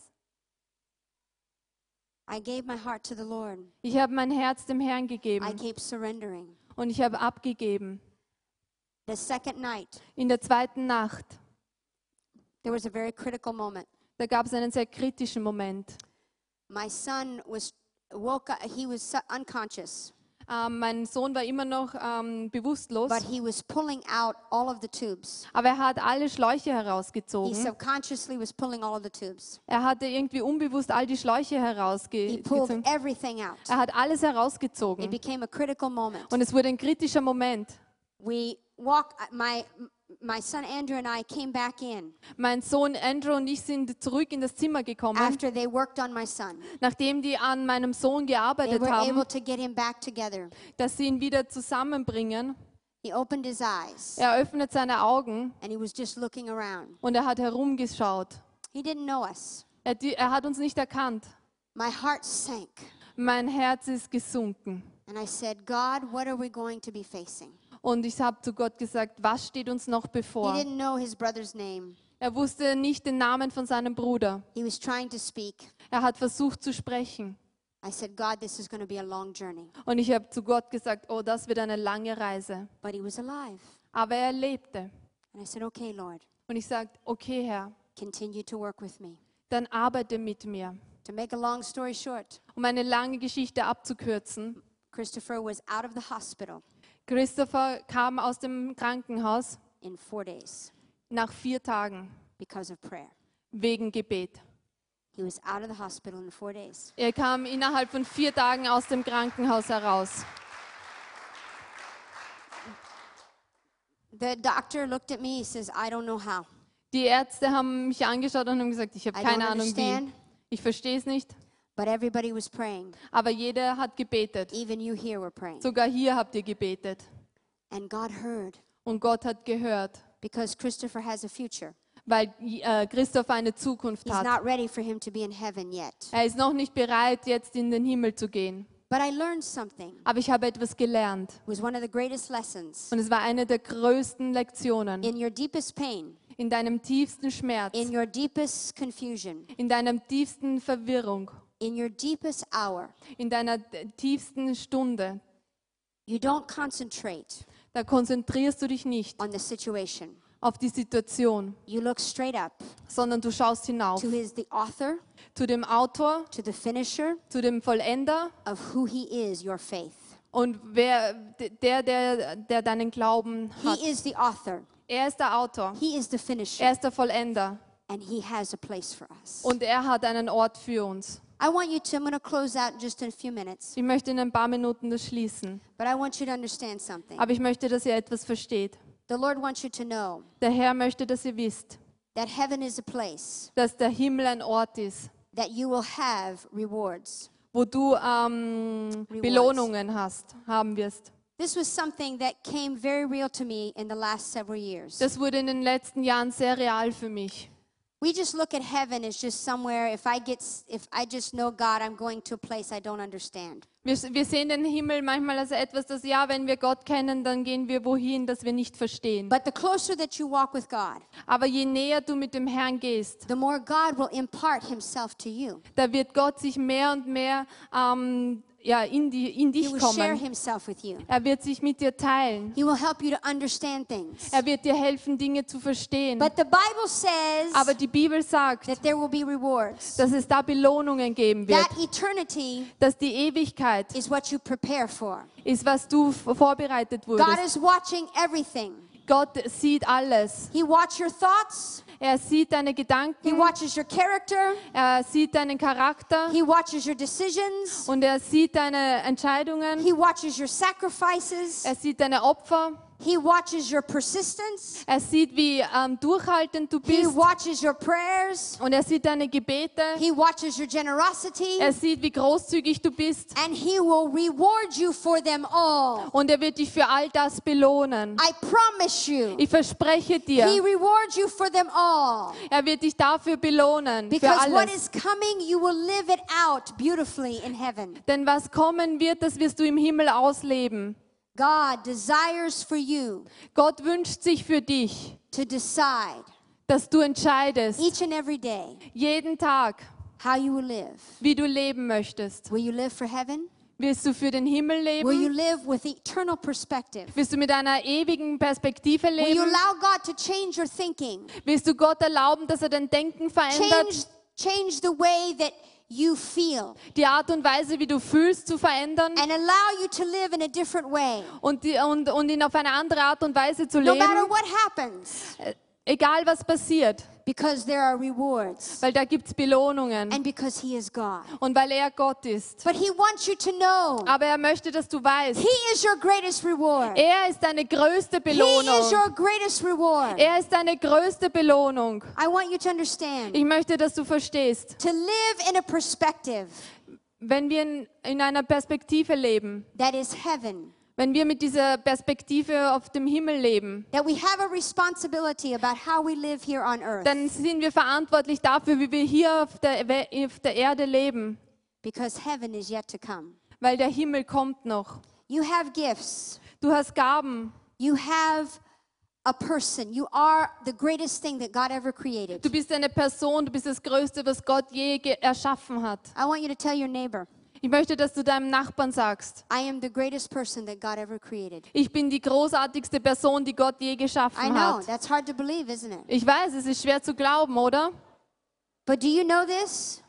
Speaker 1: I gave my heart to the Lord.
Speaker 2: Ich habe mein Herz dem Herrn
Speaker 1: I
Speaker 2: gegeben
Speaker 1: keep surrendering.
Speaker 2: und ich habe abgegeben.
Speaker 1: The second night,
Speaker 2: In der zweiten Nacht,
Speaker 1: there was a very critical moment.
Speaker 2: da gab es einen sehr kritischen Moment.
Speaker 1: My son was woke up, he was su- unconscious,
Speaker 2: Ähm, mein Sohn war immer noch ähm, bewusstlos,
Speaker 1: but he was pulling out all of the tubes.
Speaker 2: aber er hat alle
Speaker 1: He
Speaker 2: Schläuche herausgezogen.
Speaker 1: subconsciously was pulling all of the tubes.
Speaker 2: Er hatte irgendwie unbewusst all die Schläuche
Speaker 1: He pulled
Speaker 2: herausgezogen.
Speaker 1: everything out.
Speaker 2: Er hat alles
Speaker 1: It
Speaker 2: herausgezogen
Speaker 1: became a critical moment.
Speaker 2: und es wurde ein kritischer Moment.
Speaker 1: We walk uh, my my son Andrew and I came back in
Speaker 2: Mein Sohn Andrew und ich sind zurück in das Zimmer gekommen.
Speaker 1: after they worked on my son.
Speaker 2: nachdem die an meinem Sohn
Speaker 1: They
Speaker 2: gearbeitet
Speaker 1: were
Speaker 2: haben,
Speaker 1: able to get him back together.
Speaker 2: dass sie ihn wieder zusammenbringen.
Speaker 1: He opened his eyes
Speaker 2: Er öffnet seine Augen
Speaker 1: and he was just looking around.
Speaker 2: und er hat herumgeschaut.
Speaker 1: He didn't know us.
Speaker 2: Er, die, er hat uns nicht erkannt.
Speaker 1: My heart sank
Speaker 2: Mein Herz ist gesunken.
Speaker 1: and I said, "God, what are we going to be facing?"
Speaker 2: Und ich habe zu Gott gesagt, was steht uns noch
Speaker 1: He
Speaker 2: bevor?
Speaker 1: didn't know his brother's name.
Speaker 2: Er wusste nicht den Namen von seinem Bruder.
Speaker 1: He was trying to speak.
Speaker 2: Er hat versucht zu sprechen.
Speaker 1: I said, God, this is going to be a long journey.
Speaker 2: Und ich habe zu Gott gesagt, oh, das wird eine lange Reise.
Speaker 1: But he was alive.
Speaker 2: Aber er lebte.
Speaker 1: And I said, Okay, Lord,
Speaker 2: Und ich sagte, okay, Herr,
Speaker 1: continue to work with me.
Speaker 2: dann arbeite mit mir.
Speaker 1: To make a long story short,
Speaker 2: Um eine lange Geschichte abzukürzen,
Speaker 1: Christopher was out of the hospital
Speaker 2: Christopher kam aus dem Krankenhaus
Speaker 1: in four days
Speaker 2: nach vier Tagen
Speaker 1: because of prayer.
Speaker 2: wegen Gebet.
Speaker 1: He was out of the hospital in four days.
Speaker 2: Er kam innerhalb von vier Tagen aus dem Krankenhaus heraus.
Speaker 1: The doctor looked at me. He says, I don't know how.
Speaker 2: Die Ärzte haben mich angeschaut und haben gesagt, ich habe
Speaker 1: I
Speaker 2: keine
Speaker 1: don't
Speaker 2: Ahnung wie.
Speaker 1: understand.
Speaker 2: Ich verstehe es nicht.
Speaker 1: But everybody was praying.
Speaker 2: Aber jeder hat gebetet.
Speaker 1: Even you here were praying.
Speaker 2: Sogar hier habt ihr gebetet.
Speaker 1: And God heard
Speaker 2: Und Gott hat gehört,
Speaker 1: because Christopher has a future.
Speaker 2: weil äh, Christoph eine Zukunft
Speaker 1: He's
Speaker 2: hat.
Speaker 1: not ready for him to be in heaven yet.
Speaker 2: Er ist noch nicht bereit, jetzt in den Himmel zu gehen.
Speaker 1: But I learned something. It
Speaker 2: Aber ich habe etwas gelernt.
Speaker 1: was one of the greatest lessons.
Speaker 2: Und es war eine der größten Lektionen.
Speaker 1: In your deepest pain,
Speaker 2: In deinem tiefsten Schmerz,
Speaker 1: in your deepest confusion,
Speaker 2: in deiner tiefsten Verwirrung,
Speaker 1: in your deepest hour,
Speaker 2: in deiner d- tiefsten Stunde,
Speaker 1: you don't concentrate
Speaker 2: da konzentrierst du dich nicht
Speaker 1: on the situation.
Speaker 2: auf die Situation,
Speaker 1: You look straight up
Speaker 2: sondern du schaust hinauf
Speaker 1: to his the author,
Speaker 2: zu dem Autor,
Speaker 1: to the finisher
Speaker 2: zu dem Vollender
Speaker 1: of who he is, your faith.
Speaker 2: und wer, d- der, der, der deinen Glauben hat.
Speaker 1: He is the author.
Speaker 2: Er ist der Autor,
Speaker 1: He is the finisher
Speaker 2: er ist der Vollender
Speaker 1: and he has a place for us.
Speaker 2: und er hat einen Ort für uns.
Speaker 1: I want you to I'm going to close out in just in a few minutes,
Speaker 2: Ich möchte in ein paar Minuten das schließen,
Speaker 1: but I want you to understand something.
Speaker 2: aber ich möchte, dass ihr etwas versteht.
Speaker 1: The Lord wants you to know
Speaker 2: Der Herr möchte, dass ihr wisst,
Speaker 1: that heaven is a place
Speaker 2: dass der Himmel ein Ort ist,
Speaker 1: that you will have rewards.
Speaker 2: wo du ähm,
Speaker 1: Rewards.
Speaker 2: Belohnungen hast, haben wirst.
Speaker 1: This was something that came very real to me in the last several years.
Speaker 2: Das wurde in den letzten Jahren sehr real für mich.
Speaker 1: We just look at heaven as just somewhere if I get s- if I just know God, I'm going to a place I don't understand.
Speaker 2: Wir, wir sehen den Himmel manchmal als etwas, das ja, wenn wir Gott kennen, dann gehen wir wohin, das wir nicht verstehen.
Speaker 1: But the closer that you walk with God,
Speaker 2: Aber je näher du mit dem Herrn gehst,
Speaker 1: the more God will impart himself to you.
Speaker 2: da wird Gott sich mehr und mehr ähm, ja, in, die, in
Speaker 1: He
Speaker 2: dich
Speaker 1: will share
Speaker 2: kommen.
Speaker 1: himself with you.
Speaker 2: Er wird sich mit dir teilen.
Speaker 1: He will help you to understand things.
Speaker 2: Er wird dir helfen, Dinge zu verstehen.
Speaker 1: But the Bible says
Speaker 2: Aber die Bibel sagt,
Speaker 1: that there will be rewards.
Speaker 2: dass es da Belohnungen geben wird.
Speaker 1: That eternity
Speaker 2: Dass die Ewigkeit
Speaker 1: is what you prepare for.
Speaker 2: ist, was du f- vorbereitet
Speaker 1: God
Speaker 2: wurdest.
Speaker 1: is watching everything.
Speaker 2: Gott sieht alles.
Speaker 1: He watches your thoughts.
Speaker 2: Er sieht deine
Speaker 1: He
Speaker 2: Gedanken,
Speaker 1: watches your character.
Speaker 2: er sieht deinen Charakter
Speaker 1: He watches your decisions.
Speaker 2: und er sieht deine Entscheidungen,
Speaker 1: He watches your sacrifices.
Speaker 2: er sieht deine Opfer,
Speaker 1: He watches your persistence.
Speaker 2: er sieht, wie ähm, durchhaltend du
Speaker 1: He
Speaker 2: bist
Speaker 1: watches your prayers.
Speaker 2: und er sieht deine Gebete,
Speaker 1: He watches your generosity.
Speaker 2: er sieht, wie großzügig du bist
Speaker 1: And he will reward you for them all.
Speaker 2: und er wird dich für all das belohnen.
Speaker 1: I promise you.
Speaker 2: Ich verspreche
Speaker 1: He
Speaker 2: dir,
Speaker 1: rewards you for them all.
Speaker 2: er wird dich dafür belohnen, für
Speaker 1: Because what
Speaker 2: alles.
Speaker 1: is coming, you will live it out beautifully in heaven.
Speaker 2: Denn was kommen wird, das wirst du im Himmel ausleben.
Speaker 1: God desires for you
Speaker 2: Gott wünscht sich für dich,
Speaker 1: to decide
Speaker 2: dass du entscheidest,
Speaker 1: each and every day
Speaker 2: jeden Tag,
Speaker 1: how you will live.
Speaker 2: wie du leben möchtest.
Speaker 1: Will you live for heaven?
Speaker 2: Willst du für den Himmel
Speaker 1: Will you
Speaker 2: leben?
Speaker 1: live with eternal perspective?
Speaker 2: Willst du mit einer ewigen Perspektive
Speaker 1: Will you
Speaker 2: leben?
Speaker 1: allow God to change your thinking?
Speaker 2: Willst du Gott erlauben, dass er dein
Speaker 1: Change,
Speaker 2: Denken verändert,
Speaker 1: change the way that you feel
Speaker 2: die Art und Weise, wie du fühlst, zu verändern
Speaker 1: and allow you to live in a different way.
Speaker 2: und, die, und, und ihn auf eine andere Art und Weise zu
Speaker 1: No matter
Speaker 2: leben?
Speaker 1: what happens,
Speaker 2: Äh, Egal was passiert,
Speaker 1: because there are rewards
Speaker 2: weil da gibt es Belohnungen
Speaker 1: and because He is God.
Speaker 2: und weil er Gott ist.
Speaker 1: But He wants you to know
Speaker 2: Aber er möchte, dass du weißt,
Speaker 1: He is your greatest reward.
Speaker 2: er ist deine größte
Speaker 1: He is
Speaker 2: Belohnung.
Speaker 1: your greatest reward.
Speaker 2: Er ist deine größte Belohnung.
Speaker 1: I want you to understand
Speaker 2: Ich möchte, dass du verstehst,
Speaker 1: to live in a perspective
Speaker 2: wenn wir in, in einer Perspektive leben,
Speaker 1: that is heaven,
Speaker 2: wenn wir mit dieser Perspektive auf dem Himmel leben,
Speaker 1: that we have a responsibility about how we live here on earth
Speaker 2: dann sind wir verantwortlich dafür, wie wir hier auf der, We- auf der Erde leben,
Speaker 1: because heaven is yet to come.
Speaker 2: weil der Himmel kommt noch.
Speaker 1: You have gifts,
Speaker 2: Du hast Gaben,
Speaker 1: you have a person, you are the greatest thing that God ever
Speaker 2: du
Speaker 1: created.
Speaker 2: bist eine Person, du bist das Größte, was Gott je ge- erschaffen hat.
Speaker 1: I want you to tell your neighbor,
Speaker 2: Ich möchte, dass du deinem Nachbarn sagst,
Speaker 1: I am the greatest person that God ever created.
Speaker 2: ich bin die großartigste Person, die Gott je
Speaker 1: I
Speaker 2: geschaffen
Speaker 1: know,
Speaker 2: hat.
Speaker 1: that's hard to believe, isn't it?
Speaker 2: Ich weiß, es ist schwer zu glauben, oder?
Speaker 1: But do you know this?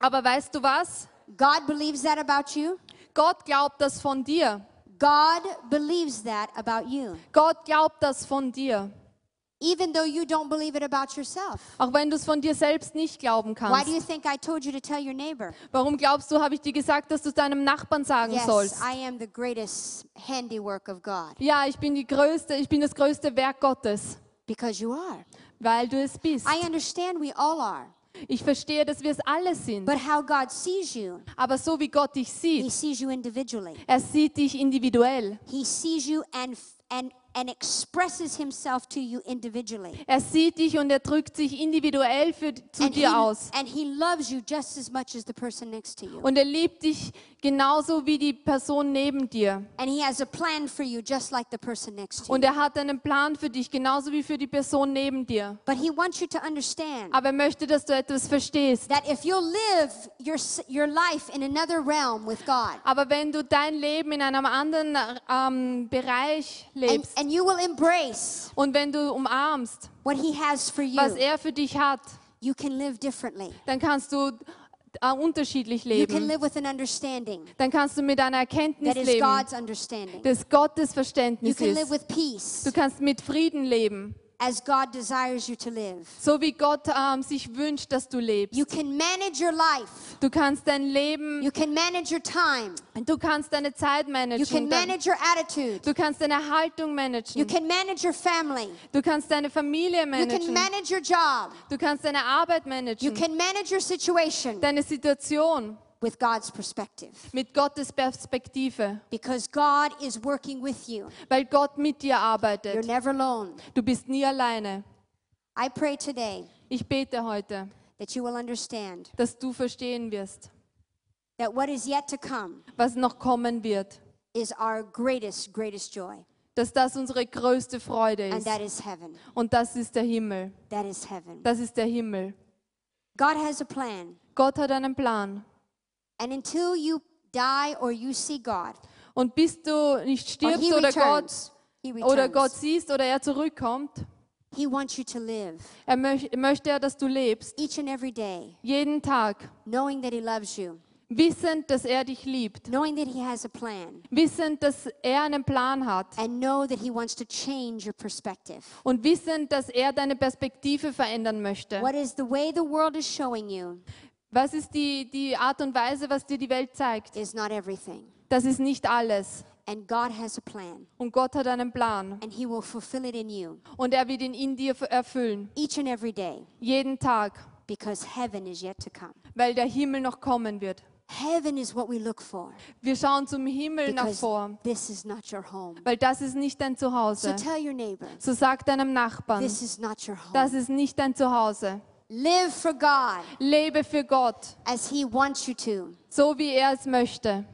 Speaker 2: Aber weißt du was?
Speaker 1: God believes that about you.
Speaker 2: Gott glaubt das von dir.
Speaker 1: God believes that about you,
Speaker 2: Gott glaubt das von dir.
Speaker 1: even though you don't believe it about yourself.
Speaker 2: Auch wenn du es von dir selbst nicht glauben
Speaker 1: Why do
Speaker 2: kannst.
Speaker 1: you think I told you to tell your neighbor?
Speaker 2: Warum glaubst du, habe ich dir gesagt, dass du es deinem Nachbarn sagen
Speaker 1: Yes,
Speaker 2: sollst?
Speaker 1: I am the greatest handiwork of God
Speaker 2: Ja, ich bin die größte, ich bin das größte Werk Gottes,
Speaker 1: because you are.
Speaker 2: weil du es bist.
Speaker 1: I understand we all are,
Speaker 2: Ich verstehe, dass wir es alle sind.
Speaker 1: But how God sees you,
Speaker 2: Aber so wie Gott dich
Speaker 1: He
Speaker 2: sieht,
Speaker 1: sees you individually.
Speaker 2: er sieht dich individuell.
Speaker 1: He sees you and and and expresses Himself to you individually.
Speaker 2: Er sieht dich und er drückt sich individuell für, zu
Speaker 1: And he,
Speaker 2: dir aus.
Speaker 1: and he loves you just as much as the person next to you.
Speaker 2: Und er liebt dich genauso wie die Person neben dir.
Speaker 1: And he has a plan for you just like the person next to you.
Speaker 2: Und er hat einen Plan für dich, genauso wie für die Person neben dir.
Speaker 1: But he wants you to understand
Speaker 2: Aber er möchte, dass du etwas verstehst.
Speaker 1: that if you'll live your, s- your life in another realm with God,
Speaker 2: Aber wenn du dein Leben in einem anderen ähm, Bereich
Speaker 1: and,
Speaker 2: lebst
Speaker 1: and you will embrace
Speaker 2: und wenn du umarmst,
Speaker 1: what He has for
Speaker 2: was
Speaker 1: you,
Speaker 2: er für dich hat,
Speaker 1: you can live differently.
Speaker 2: dann kannst du äh, unterschiedlich
Speaker 1: You can
Speaker 2: leben.
Speaker 1: live with an understanding
Speaker 2: Dann kannst du mit einer Erkenntnis
Speaker 1: that is
Speaker 2: leben,
Speaker 1: God's understanding.
Speaker 2: dass Gottes
Speaker 1: You
Speaker 2: Verständnis
Speaker 1: can live
Speaker 2: ist.
Speaker 1: with peace
Speaker 2: Du kannst mit Frieden leben,
Speaker 1: as God desires you to live.
Speaker 2: so wie Gott ähm, sich wünscht, dass du lebst.
Speaker 1: You can manage your life.
Speaker 2: Du kannst dein Leben,
Speaker 1: You can manage your time.
Speaker 2: du kannst deine Zeit
Speaker 1: You can
Speaker 2: managen. dein-
Speaker 1: manage your attitude.
Speaker 2: Du kannst deine Haltung
Speaker 1: You
Speaker 2: managen.
Speaker 1: can manage your family.
Speaker 2: Du kannst deine Familie
Speaker 1: You can
Speaker 2: managen.
Speaker 1: manage your job.
Speaker 2: Du kannst deine Arbeit
Speaker 1: You
Speaker 2: managen.
Speaker 1: can manage your situation
Speaker 2: Deine Situation
Speaker 1: with God's perspective
Speaker 2: mit Gottes Perspektive,
Speaker 1: because God is working with you.
Speaker 2: weil Gott mit dir
Speaker 1: You're
Speaker 2: arbeitet.
Speaker 1: never alone.
Speaker 2: Du bist nie alleine.
Speaker 1: I pray today
Speaker 2: Ich bete heute,
Speaker 1: that you will understand
Speaker 2: dass du verstehen wirst,
Speaker 1: that what is yet to come
Speaker 2: was noch kommen wird,
Speaker 1: is our greatest, greatest joy.
Speaker 2: dass das unsere größte Freude
Speaker 1: And
Speaker 2: ist.
Speaker 1: that is heaven.
Speaker 2: Und das ist der Himmel.
Speaker 1: That is heaven.
Speaker 2: Das ist der Himmel.
Speaker 1: God has a plan.
Speaker 2: Gott hat einen Plan.
Speaker 1: And until you die or you see God,
Speaker 2: Und bis du nicht
Speaker 1: or
Speaker 2: stirbst
Speaker 1: He
Speaker 2: oder
Speaker 1: returns, He
Speaker 2: Gott oder Gott
Speaker 1: returns,
Speaker 2: siehst oder er zurückkommt,
Speaker 1: He wants you to live
Speaker 2: er möch, möchte er, dass du lebst.
Speaker 1: each and every day,
Speaker 2: Jeden Tag.
Speaker 1: knowing that He loves you,
Speaker 2: Wissend, dass er dich liebt.
Speaker 1: knowing that He has a plan,
Speaker 2: Wissend, dass er einen Plan hat.
Speaker 1: and know that He wants to change your perspective.
Speaker 2: Und wissend, dass er deine Perspektive verändern möchte.
Speaker 1: What is the way the world is showing you
Speaker 2: Was ist die, die Art und Weise, was dir die Welt zeigt?
Speaker 1: is not everything.
Speaker 2: Das ist nicht alles.
Speaker 1: And God has a plan,
Speaker 2: Und Gott hat einen Plan.
Speaker 1: and He will fulfill it in you
Speaker 2: Und er wird ihn in dir erfüllen.
Speaker 1: each and every day
Speaker 2: Jeden Tag.
Speaker 1: because heaven is yet to come.
Speaker 2: Weil der Himmel noch kommen wird.
Speaker 1: Heaven is what we look for
Speaker 2: Wir schauen zum Himmel nach
Speaker 1: because
Speaker 2: vor.
Speaker 1: this is not your home.
Speaker 2: Weil das ist nicht dein
Speaker 1: So
Speaker 2: Zuhause.
Speaker 1: tell your neighbor,
Speaker 2: So sag deinem Nachbarn,
Speaker 1: this is not your
Speaker 2: das
Speaker 1: home.
Speaker 2: ist nicht dein Zuhause.
Speaker 1: Live for God
Speaker 2: Lebe für Gott,
Speaker 1: as He wants you to.
Speaker 2: so wie er es möchte.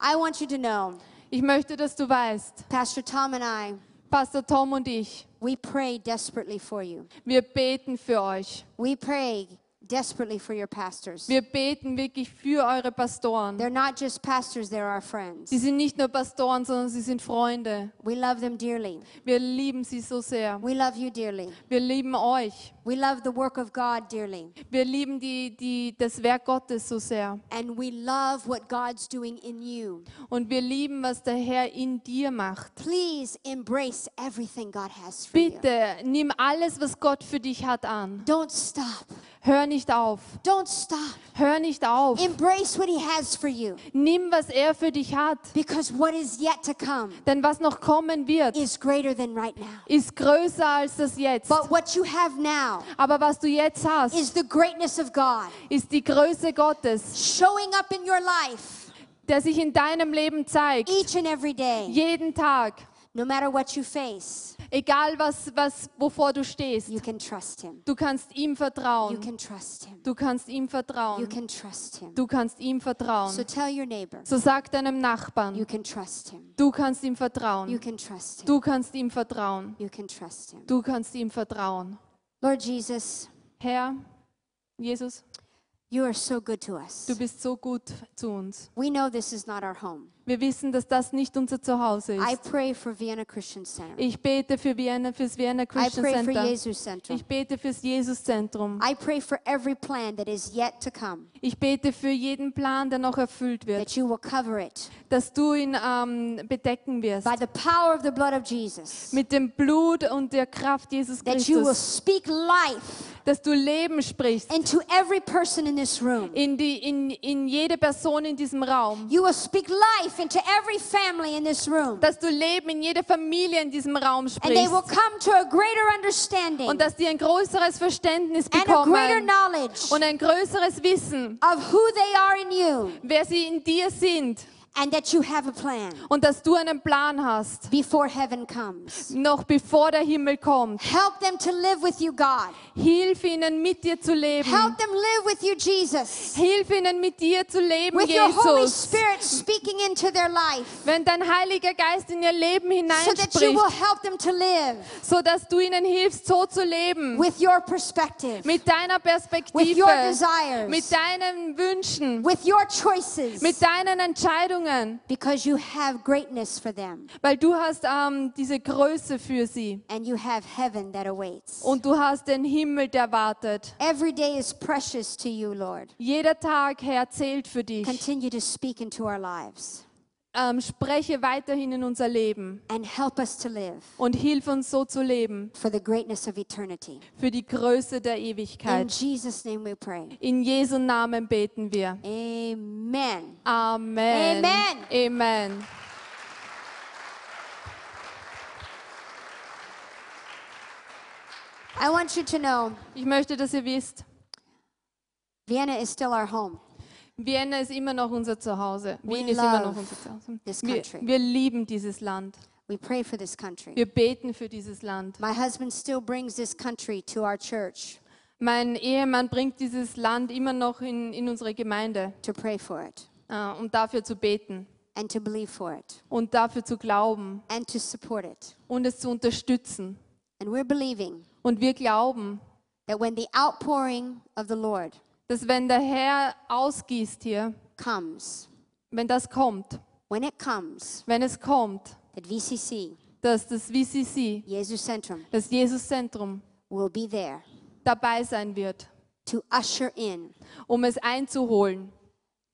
Speaker 1: I want you to know,
Speaker 2: Ich möchte, dass du weißt,
Speaker 1: Pastor Tom and I,
Speaker 2: Pastor Tom und ich,
Speaker 1: we pray desperately for you.
Speaker 2: wir beten für euch.
Speaker 1: We pray desperately for your pastors.
Speaker 2: Wir beten wirklich für eure Pastoren.
Speaker 1: They're not just pastors, they're our friends.
Speaker 2: Sie sind nicht nur Pastoren, sondern sie sind Freunde.
Speaker 1: We love them dearly.
Speaker 2: Wir lieben sie so sehr.
Speaker 1: We love you dearly.
Speaker 2: Wir lieben euch.
Speaker 1: We love the work of God dearly.
Speaker 2: Wir lieben die, die, das Werk Gottes so sehr.
Speaker 1: And we love what God's doing in you.
Speaker 2: Und wir lieben, was der Herr in dir macht.
Speaker 1: Please embrace everything God has for you.
Speaker 2: Bitte nimm alles, was Gott für dich hat, an.
Speaker 1: Don't stop.
Speaker 2: Hör nicht auf.
Speaker 1: Don't stop.
Speaker 2: Hör nicht auf.
Speaker 1: Embrace what He has for you.
Speaker 2: Nimm, was er für dich hat.
Speaker 1: Because what is yet to come
Speaker 2: Denn was noch kommen wird,
Speaker 1: is greater than right now.
Speaker 2: ist größer als das Jetzt.
Speaker 1: But what you have now
Speaker 2: Aber was du jetzt hast,
Speaker 1: is the greatness of God
Speaker 2: ist die Größe Gottes,
Speaker 1: showing up in your life
Speaker 2: der sich in deinem Leben zeigt.
Speaker 1: each and every day.
Speaker 2: Jeden Tag.
Speaker 1: No matter what you face,
Speaker 2: Egal, was, was, wovor du stehst.
Speaker 1: you can trust Him.
Speaker 2: Du kannst ihm
Speaker 1: You
Speaker 2: vertrauen.
Speaker 1: can trust Him.
Speaker 2: Du kannst ihm
Speaker 1: You
Speaker 2: vertrauen.
Speaker 1: can trust Him.
Speaker 2: Du kannst ihm
Speaker 1: So
Speaker 2: vertrauen.
Speaker 1: tell your neighbor,
Speaker 2: So sag deinem
Speaker 1: you
Speaker 2: Nachbarn,
Speaker 1: can trust Him.
Speaker 2: du kannst ihm
Speaker 1: You
Speaker 2: vertrauen.
Speaker 1: can trust Him.
Speaker 2: Du kannst ihm vertrauen.
Speaker 1: You can trust Him.
Speaker 2: Du kannst ihm vertrauen.
Speaker 1: Lord Jesus,
Speaker 2: Herr, Jesus,
Speaker 1: you are so good to us.
Speaker 2: du bist so gut zu uns.
Speaker 1: We know this is not our home.
Speaker 2: Wir wissen, dass das nicht unser Zuhause
Speaker 1: I
Speaker 2: ist.
Speaker 1: pray for Vienna Christian Center.
Speaker 2: Ich bete für Vienna, fürs Vienna
Speaker 1: I
Speaker 2: Christian
Speaker 1: pray for
Speaker 2: Center.
Speaker 1: Jesus Center.
Speaker 2: Ich bete fürs Jesuszentrum.
Speaker 1: I pray for every plan that is yet to come,
Speaker 2: Ich bete für jeden Plan, der noch erfüllt wird,
Speaker 1: that you will cover it
Speaker 2: dass du ihn ähm, bedecken wirst.
Speaker 1: by the power of the blood of Jesus,
Speaker 2: Mit dem Blut und der Kraft Jesus
Speaker 1: that you will
Speaker 2: Christus.
Speaker 1: speak life
Speaker 2: dass du Leben sprichst
Speaker 1: into every person in this room.
Speaker 2: in, die, in, in jede Person in diesem Raum.
Speaker 1: You will speak life into every family in this room.
Speaker 2: Dass du Leben in jede Familie in diesem Raum
Speaker 1: And they
Speaker 2: sprichst.
Speaker 1: will come to a greater understanding and
Speaker 2: Und dass die ein größeres Verständnis
Speaker 1: a greater
Speaker 2: bekommen
Speaker 1: knowledge
Speaker 2: und ein größeres Wissen,
Speaker 1: of who they are in you
Speaker 2: wer sie in dir sind
Speaker 1: and that you have a plan
Speaker 2: und dass du einen Plan hast,
Speaker 1: before heaven comes.
Speaker 2: noch bevor der Himmel kommt.
Speaker 1: Help them to live with you, God.
Speaker 2: Hilf ihnen, mit dir zu leben.
Speaker 1: Help them live with you, Jesus.
Speaker 2: Hilf ihnen, mit dir zu leben,
Speaker 1: With your Holy
Speaker 2: Jesus.
Speaker 1: Spirit speaking into their life
Speaker 2: Wenn dein Heiliger Geist in ihr Leben
Speaker 1: so that you will
Speaker 2: hineinspricht,
Speaker 1: help them to live
Speaker 2: so dass du ihnen hilfst, so zu leben,
Speaker 1: with your perspective,
Speaker 2: mit deiner
Speaker 1: with your
Speaker 2: Perspektive, mit
Speaker 1: desires,
Speaker 2: deinen Wünschen,
Speaker 1: with your choices,
Speaker 2: mit deinen Entscheidungen,
Speaker 1: because you have greatness for them
Speaker 2: weil du hast ähm, diese Größe für sie
Speaker 1: and you have heaven that awaits.
Speaker 2: und du hast den Himmel, der wartet.
Speaker 1: Every day is precious to you, Lord.
Speaker 2: Jeder Tag, Herr, zählt für dich.
Speaker 1: Continue to speak into our lives
Speaker 2: Ähm, spreche weiterhin in unser Leben
Speaker 1: and help us to live
Speaker 2: und hilf uns so zu leben
Speaker 1: for the greatness of eternity.
Speaker 2: für die Größe der
Speaker 1: In
Speaker 2: Ewigkeit.
Speaker 1: Jesus' name we pray.
Speaker 2: In Jesu Namen beten wir.
Speaker 1: Amen.
Speaker 2: Amen.
Speaker 1: Amen.
Speaker 2: Amen.
Speaker 1: I want you to know
Speaker 2: Ich möchte, dass ihr wisst,
Speaker 1: Vienna is still our home.
Speaker 2: Vienna ist immer noch unser Zuhause.
Speaker 1: We
Speaker 2: Wien ist immer noch
Speaker 1: love
Speaker 2: unser Zuhause.
Speaker 1: this
Speaker 2: Wir,
Speaker 1: country.
Speaker 2: wir lieben dieses Land.
Speaker 1: We pray for this country.
Speaker 2: Wir beten für dieses Land.
Speaker 1: My husband still brings this country to our church
Speaker 2: Mein Ehemann bringt dieses Land immer noch in, in unsere Gemeinde,
Speaker 1: to pray for it
Speaker 2: äh, um dafür zu beten
Speaker 1: and to believe for it
Speaker 2: und dafür zu glauben
Speaker 1: and to support it.
Speaker 2: und es zu unterstützen.
Speaker 1: And we're believing
Speaker 2: Und wir glauben,
Speaker 1: that when the outpouring of the Lord
Speaker 2: dass wenn der Herr ausgießt hier,
Speaker 1: comes,
Speaker 2: wenn das kommt,
Speaker 1: when it comes,
Speaker 2: wenn es kommt,
Speaker 1: that VCC,
Speaker 2: dass das VCC,
Speaker 1: Jesus Centrum,
Speaker 2: das Jesuszentrum
Speaker 1: will be there
Speaker 2: dabei sein wird,
Speaker 1: to usher in
Speaker 2: um es einzuholen.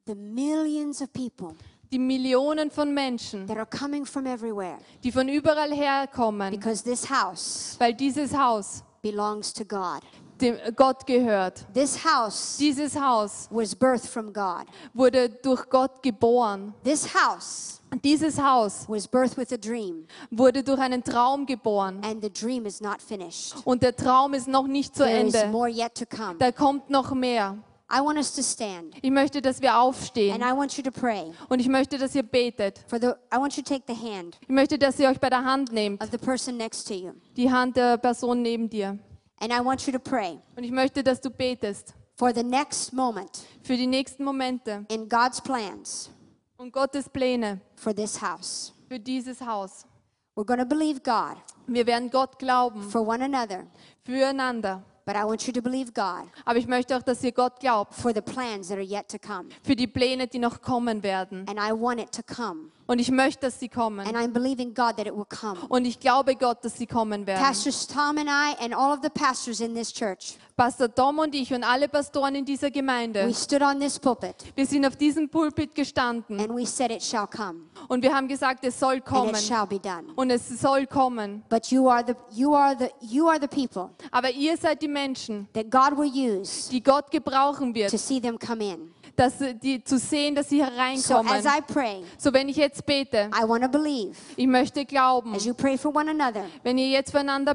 Speaker 1: the millions of people
Speaker 2: Die Millionen von Menschen,
Speaker 1: that are coming from everywhere
Speaker 2: die von überall herkommen,
Speaker 1: because this house
Speaker 2: weil dieses Haus
Speaker 1: belongs to God.
Speaker 2: dem Gott gehört.
Speaker 1: This house
Speaker 2: Dieses Haus
Speaker 1: was birthed from God.
Speaker 2: wurde durch Gott geboren.
Speaker 1: This house
Speaker 2: Dieses Haus
Speaker 1: was birthed with a dream,
Speaker 2: wurde durch einen Traum geboren.
Speaker 1: and the dream is not finished.
Speaker 2: Und der Traum ist noch nicht zu
Speaker 1: There is
Speaker 2: Ende.
Speaker 1: more yet to come.
Speaker 2: Da kommt noch mehr.
Speaker 1: I want us to stand,
Speaker 2: Ich möchte, dass wir
Speaker 1: and
Speaker 2: aufstehen.
Speaker 1: I want you to pray
Speaker 2: Und ich möchte, dass ihr betet.
Speaker 1: for the. I want you to take the hand
Speaker 2: Ich möchte, dass ihr euch bei der Hand nehmt.
Speaker 1: of the person next to you,
Speaker 2: Die Hand der Person neben dir.
Speaker 1: and I want you to pray
Speaker 2: Und ich möchte, dass du betest.
Speaker 1: for the next moment
Speaker 2: Für die nächsten Momente.
Speaker 1: in God's plans
Speaker 2: Und Gottes Pläne
Speaker 1: for this house.
Speaker 2: für dieses Haus.
Speaker 1: We're going to believe God
Speaker 2: Wir werden Gott glauben.
Speaker 1: for one another,
Speaker 2: Füreinander.
Speaker 1: but I want you to believe God
Speaker 2: Aber ich möchte auch, dass ihr Gott glaubt.
Speaker 1: for the plans that are yet to come.
Speaker 2: Für die Pläne, die noch kommen werden.
Speaker 1: And I want it to come.
Speaker 2: Und ich möchte, dass sie
Speaker 1: And
Speaker 2: kommen.
Speaker 1: I'm believing God that it will come.
Speaker 2: Und ich glaube Gott, dass sie kommen werden.
Speaker 1: Pastors Tom and I, and all of the pastors in this church,
Speaker 2: Pastor Tom und ich und alle Pastoren in dieser
Speaker 1: we
Speaker 2: Gemeinde,
Speaker 1: stood on this pulpit
Speaker 2: wir sind auf diesem Pulpit gestanden
Speaker 1: and we said, It shall come,
Speaker 2: und wir haben gesagt, es soll
Speaker 1: and it
Speaker 2: kommen
Speaker 1: shall be done.
Speaker 2: und es soll kommen.
Speaker 1: But you are the you are the you are the people
Speaker 2: Aber ihr seid die Menschen,
Speaker 1: that God will use
Speaker 2: die Gott gebrauchen wird,
Speaker 1: to see them come in.
Speaker 2: dass äh, die zu sehen, dass sie
Speaker 1: So as
Speaker 2: hereinkommen.
Speaker 1: I pray,
Speaker 2: So wenn ich jetzt bete,
Speaker 1: I want to believe
Speaker 2: ich möchte glauben,
Speaker 1: as you pray for one another
Speaker 2: wenn ihr jetzt füreinander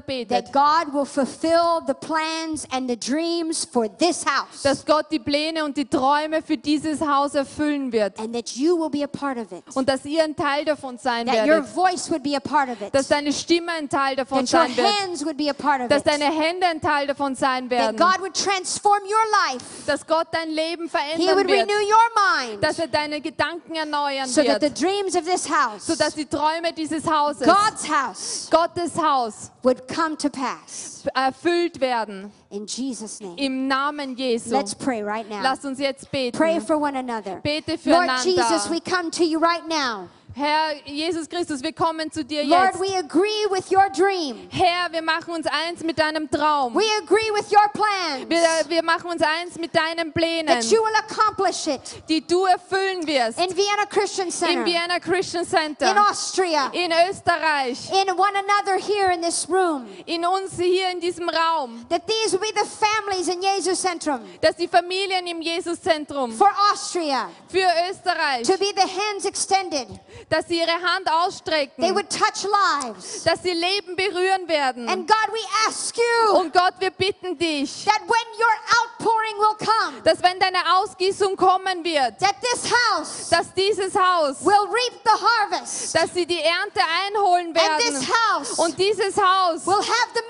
Speaker 1: that
Speaker 2: betet,
Speaker 1: God will fulfill the plans and the dreams for this house.
Speaker 2: dass Gott die Pläne und die Träume für dieses Haus erfüllen wird
Speaker 1: and that you will be a part of it.
Speaker 2: und dass ihr ein Teil davon sein
Speaker 1: That your
Speaker 2: werdet,
Speaker 1: voice would be a part of it.
Speaker 2: dass deine Stimme ein Teil davon
Speaker 1: That your
Speaker 2: sein wird.
Speaker 1: hands would be a part of
Speaker 2: dass
Speaker 1: it.
Speaker 2: deine Hände ein Teil davon sein
Speaker 1: That
Speaker 2: werden,
Speaker 1: God would transform your life.
Speaker 2: dass Gott dein Leben
Speaker 1: He
Speaker 2: verändern
Speaker 1: would renew
Speaker 2: wird,
Speaker 1: your mind
Speaker 2: dass er deine Gedanken erneuern
Speaker 1: so that the
Speaker 2: wird,
Speaker 1: dreams of this house,
Speaker 2: sodass die Träume dieses Hauses,
Speaker 1: God's house,
Speaker 2: Gottes Haus,
Speaker 1: would come to pass.
Speaker 2: erfüllt werden.
Speaker 1: In Jesus' name.
Speaker 2: Im Namen Jesu.
Speaker 1: Let's pray right now.
Speaker 2: Lasst uns jetzt
Speaker 1: Pray
Speaker 2: beten.
Speaker 1: for one another.
Speaker 2: Bete
Speaker 1: Lord
Speaker 2: füreinander.
Speaker 1: Jesus, we come to you right now.
Speaker 2: Herr Jesus Christus, wir kommen zu dir
Speaker 1: Lord,
Speaker 2: jetzt.
Speaker 1: we agree with your dream.
Speaker 2: Herr, wir machen uns eins mit deinem Traum.
Speaker 1: We agree with your plans.
Speaker 2: Wir, wir machen uns eins mit deinen Plänen,
Speaker 1: That you will accomplish it
Speaker 2: die du erfüllen wirst.
Speaker 1: in Vienna Christian Center,
Speaker 2: Im Vienna Christian Center,
Speaker 1: in Austria,
Speaker 2: in Österreich,
Speaker 1: in one another here in this room.
Speaker 2: in uns hier in diesem Raum,
Speaker 1: That these will be the families in Jesus Centrum
Speaker 2: dass die Familien im Jesuszentrum
Speaker 1: for Austria
Speaker 2: für Österreich,
Speaker 1: to be the hands extended.
Speaker 2: dass sie ihre Hand
Speaker 1: They
Speaker 2: ausstrecken,
Speaker 1: would touch lives.
Speaker 2: dass sie Leben berühren werden.
Speaker 1: And God, we ask you
Speaker 2: Und Gott, wir bitten dich,
Speaker 1: that when your outpouring will come,
Speaker 2: dass wenn deine Ausgießung kommen wird,
Speaker 1: that this house
Speaker 2: dass dieses Haus,
Speaker 1: will reap the harvest.
Speaker 2: dass sie die Ernte einholen
Speaker 1: And this
Speaker 2: werden.
Speaker 1: house
Speaker 2: Und dieses Haus
Speaker 1: will have the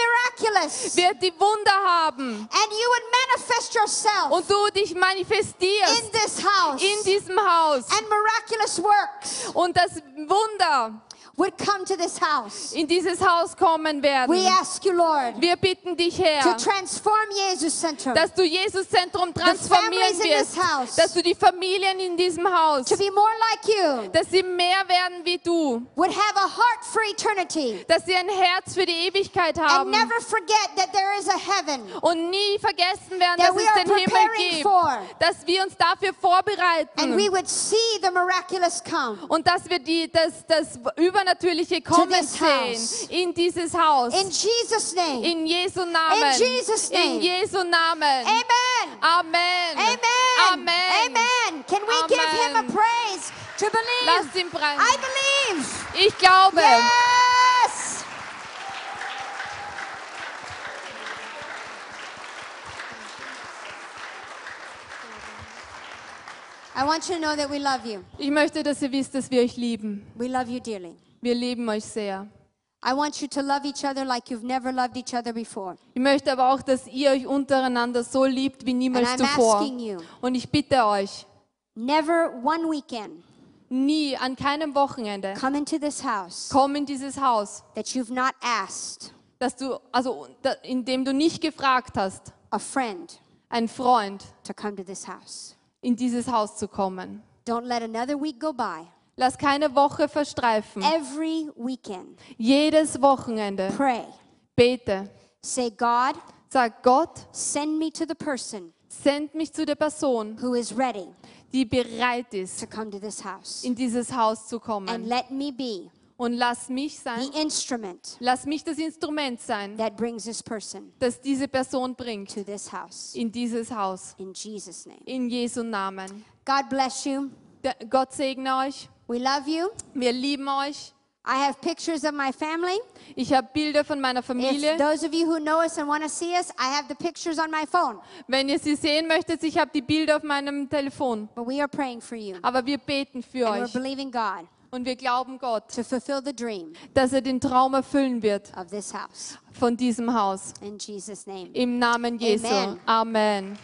Speaker 1: miraculous.
Speaker 2: wird die Wunder haben.
Speaker 1: And you would manifest yourself
Speaker 2: Und du dich
Speaker 1: in
Speaker 2: manifestierst
Speaker 1: this house.
Speaker 2: in diesem Haus.
Speaker 1: and miraculous works
Speaker 2: Und das Wunder
Speaker 1: would come to this house.
Speaker 2: in dieses Haus kommen werden.
Speaker 1: We ask you, Lord,
Speaker 2: Wir bitten dich, Herr,
Speaker 1: to transform Jesus Centrum
Speaker 2: dass du Jesus-Zentrum transformieren
Speaker 1: families in this house.
Speaker 2: wirst. Dass du die Familien in diesem Haus,
Speaker 1: to be more like you,
Speaker 2: dass sie mehr werden wie du.
Speaker 1: would have a heart for eternity
Speaker 2: Dass sie ein Herz für die Ewigkeit
Speaker 1: and
Speaker 2: haben.
Speaker 1: never forget that there is a heaven
Speaker 2: Und nie vergessen werden,
Speaker 1: that
Speaker 2: dass
Speaker 1: we
Speaker 2: es
Speaker 1: are
Speaker 2: den Himmel
Speaker 1: preparing
Speaker 2: gibt.
Speaker 1: for.
Speaker 2: dass wir uns dafür
Speaker 1: And we
Speaker 2: vorbereiten
Speaker 1: would see the miraculous come.
Speaker 2: und dass wir die, das, das Übernatürliche kommen
Speaker 1: this house.
Speaker 2: sehen in dieses Haus.
Speaker 1: In Jesus' name.
Speaker 2: In Jesu Namen.
Speaker 1: In Jesus'
Speaker 2: In
Speaker 1: name.
Speaker 2: Jesu Namen.
Speaker 1: Amen.
Speaker 2: Amen.
Speaker 1: Amen.
Speaker 2: Amen.
Speaker 1: Amen. Can we give him a
Speaker 2: Amen.
Speaker 1: praise to
Speaker 2: Lasst
Speaker 1: believe?
Speaker 2: ihn brennen.
Speaker 1: I believe.
Speaker 2: Ich glaube.
Speaker 1: Yes. I want you to know that we love you.
Speaker 2: Ich möchte, dass ihr wisst, dass wir euch lieben.
Speaker 1: We love you dearly.
Speaker 2: Wir lieben euch sehr.
Speaker 1: I want you to love each other like you've never loved each other before.
Speaker 2: Ich möchte aber auch, dass ihr euch untereinander so liebt wie niemals
Speaker 1: And I'm
Speaker 2: zuvor.
Speaker 1: asking you.
Speaker 2: Und ich bitte euch,
Speaker 1: Never one weekend
Speaker 2: nie, an keinem Wochenende,
Speaker 1: come into this house
Speaker 2: komm in dieses Haus
Speaker 1: that you've not asked
Speaker 2: dass du, also da, indem du nicht gefragt hast,
Speaker 1: a friend
Speaker 2: einen Freund
Speaker 1: to come to this house.
Speaker 2: in dieses Haus zu kommen.
Speaker 1: Don't let another week go by.
Speaker 2: Lass keine Woche verstreifen.
Speaker 1: Äh. Every weekend,
Speaker 2: Jedes Wochenende
Speaker 1: pray.
Speaker 2: bete.
Speaker 1: Say, God,
Speaker 2: Sag Gott,
Speaker 1: send me to the person
Speaker 2: send mich zu der Person,
Speaker 1: who is ready
Speaker 2: die bereit ist,
Speaker 1: to come to this house.
Speaker 2: in dieses Haus zu
Speaker 1: And
Speaker 2: kommen.
Speaker 1: let me be
Speaker 2: Und lass mich sein,
Speaker 1: the instrument
Speaker 2: lass mich das Instrument sein,
Speaker 1: that brings this person
Speaker 2: das diese Person bringt
Speaker 1: to this house.
Speaker 2: in dieses Haus.
Speaker 1: In Jesus' name.
Speaker 2: In Jesu Namen.
Speaker 1: God bless you.
Speaker 2: Der, Gott segne euch.
Speaker 1: We love you.
Speaker 2: Wir lieben euch.
Speaker 1: I have pictures of my family.
Speaker 2: Ich habe Bilder von meiner Familie.
Speaker 1: If those of you who know us and want to see us, I have the pictures on my phone.
Speaker 2: Wenn ihr sie sehen möchtet, ich habe die Bilder auf meinem Telefon.
Speaker 1: But we are praying for you.
Speaker 2: Aber wir beten für
Speaker 1: And we're
Speaker 2: euch
Speaker 1: believing God
Speaker 2: und wir glauben Gott,
Speaker 1: to fulfill the dream
Speaker 2: dass er den Traum erfüllen wird
Speaker 1: of this house.
Speaker 2: von diesem Haus.
Speaker 1: In Jesus' name.
Speaker 2: Im Namen Jesu.
Speaker 1: Amen.
Speaker 2: Amen.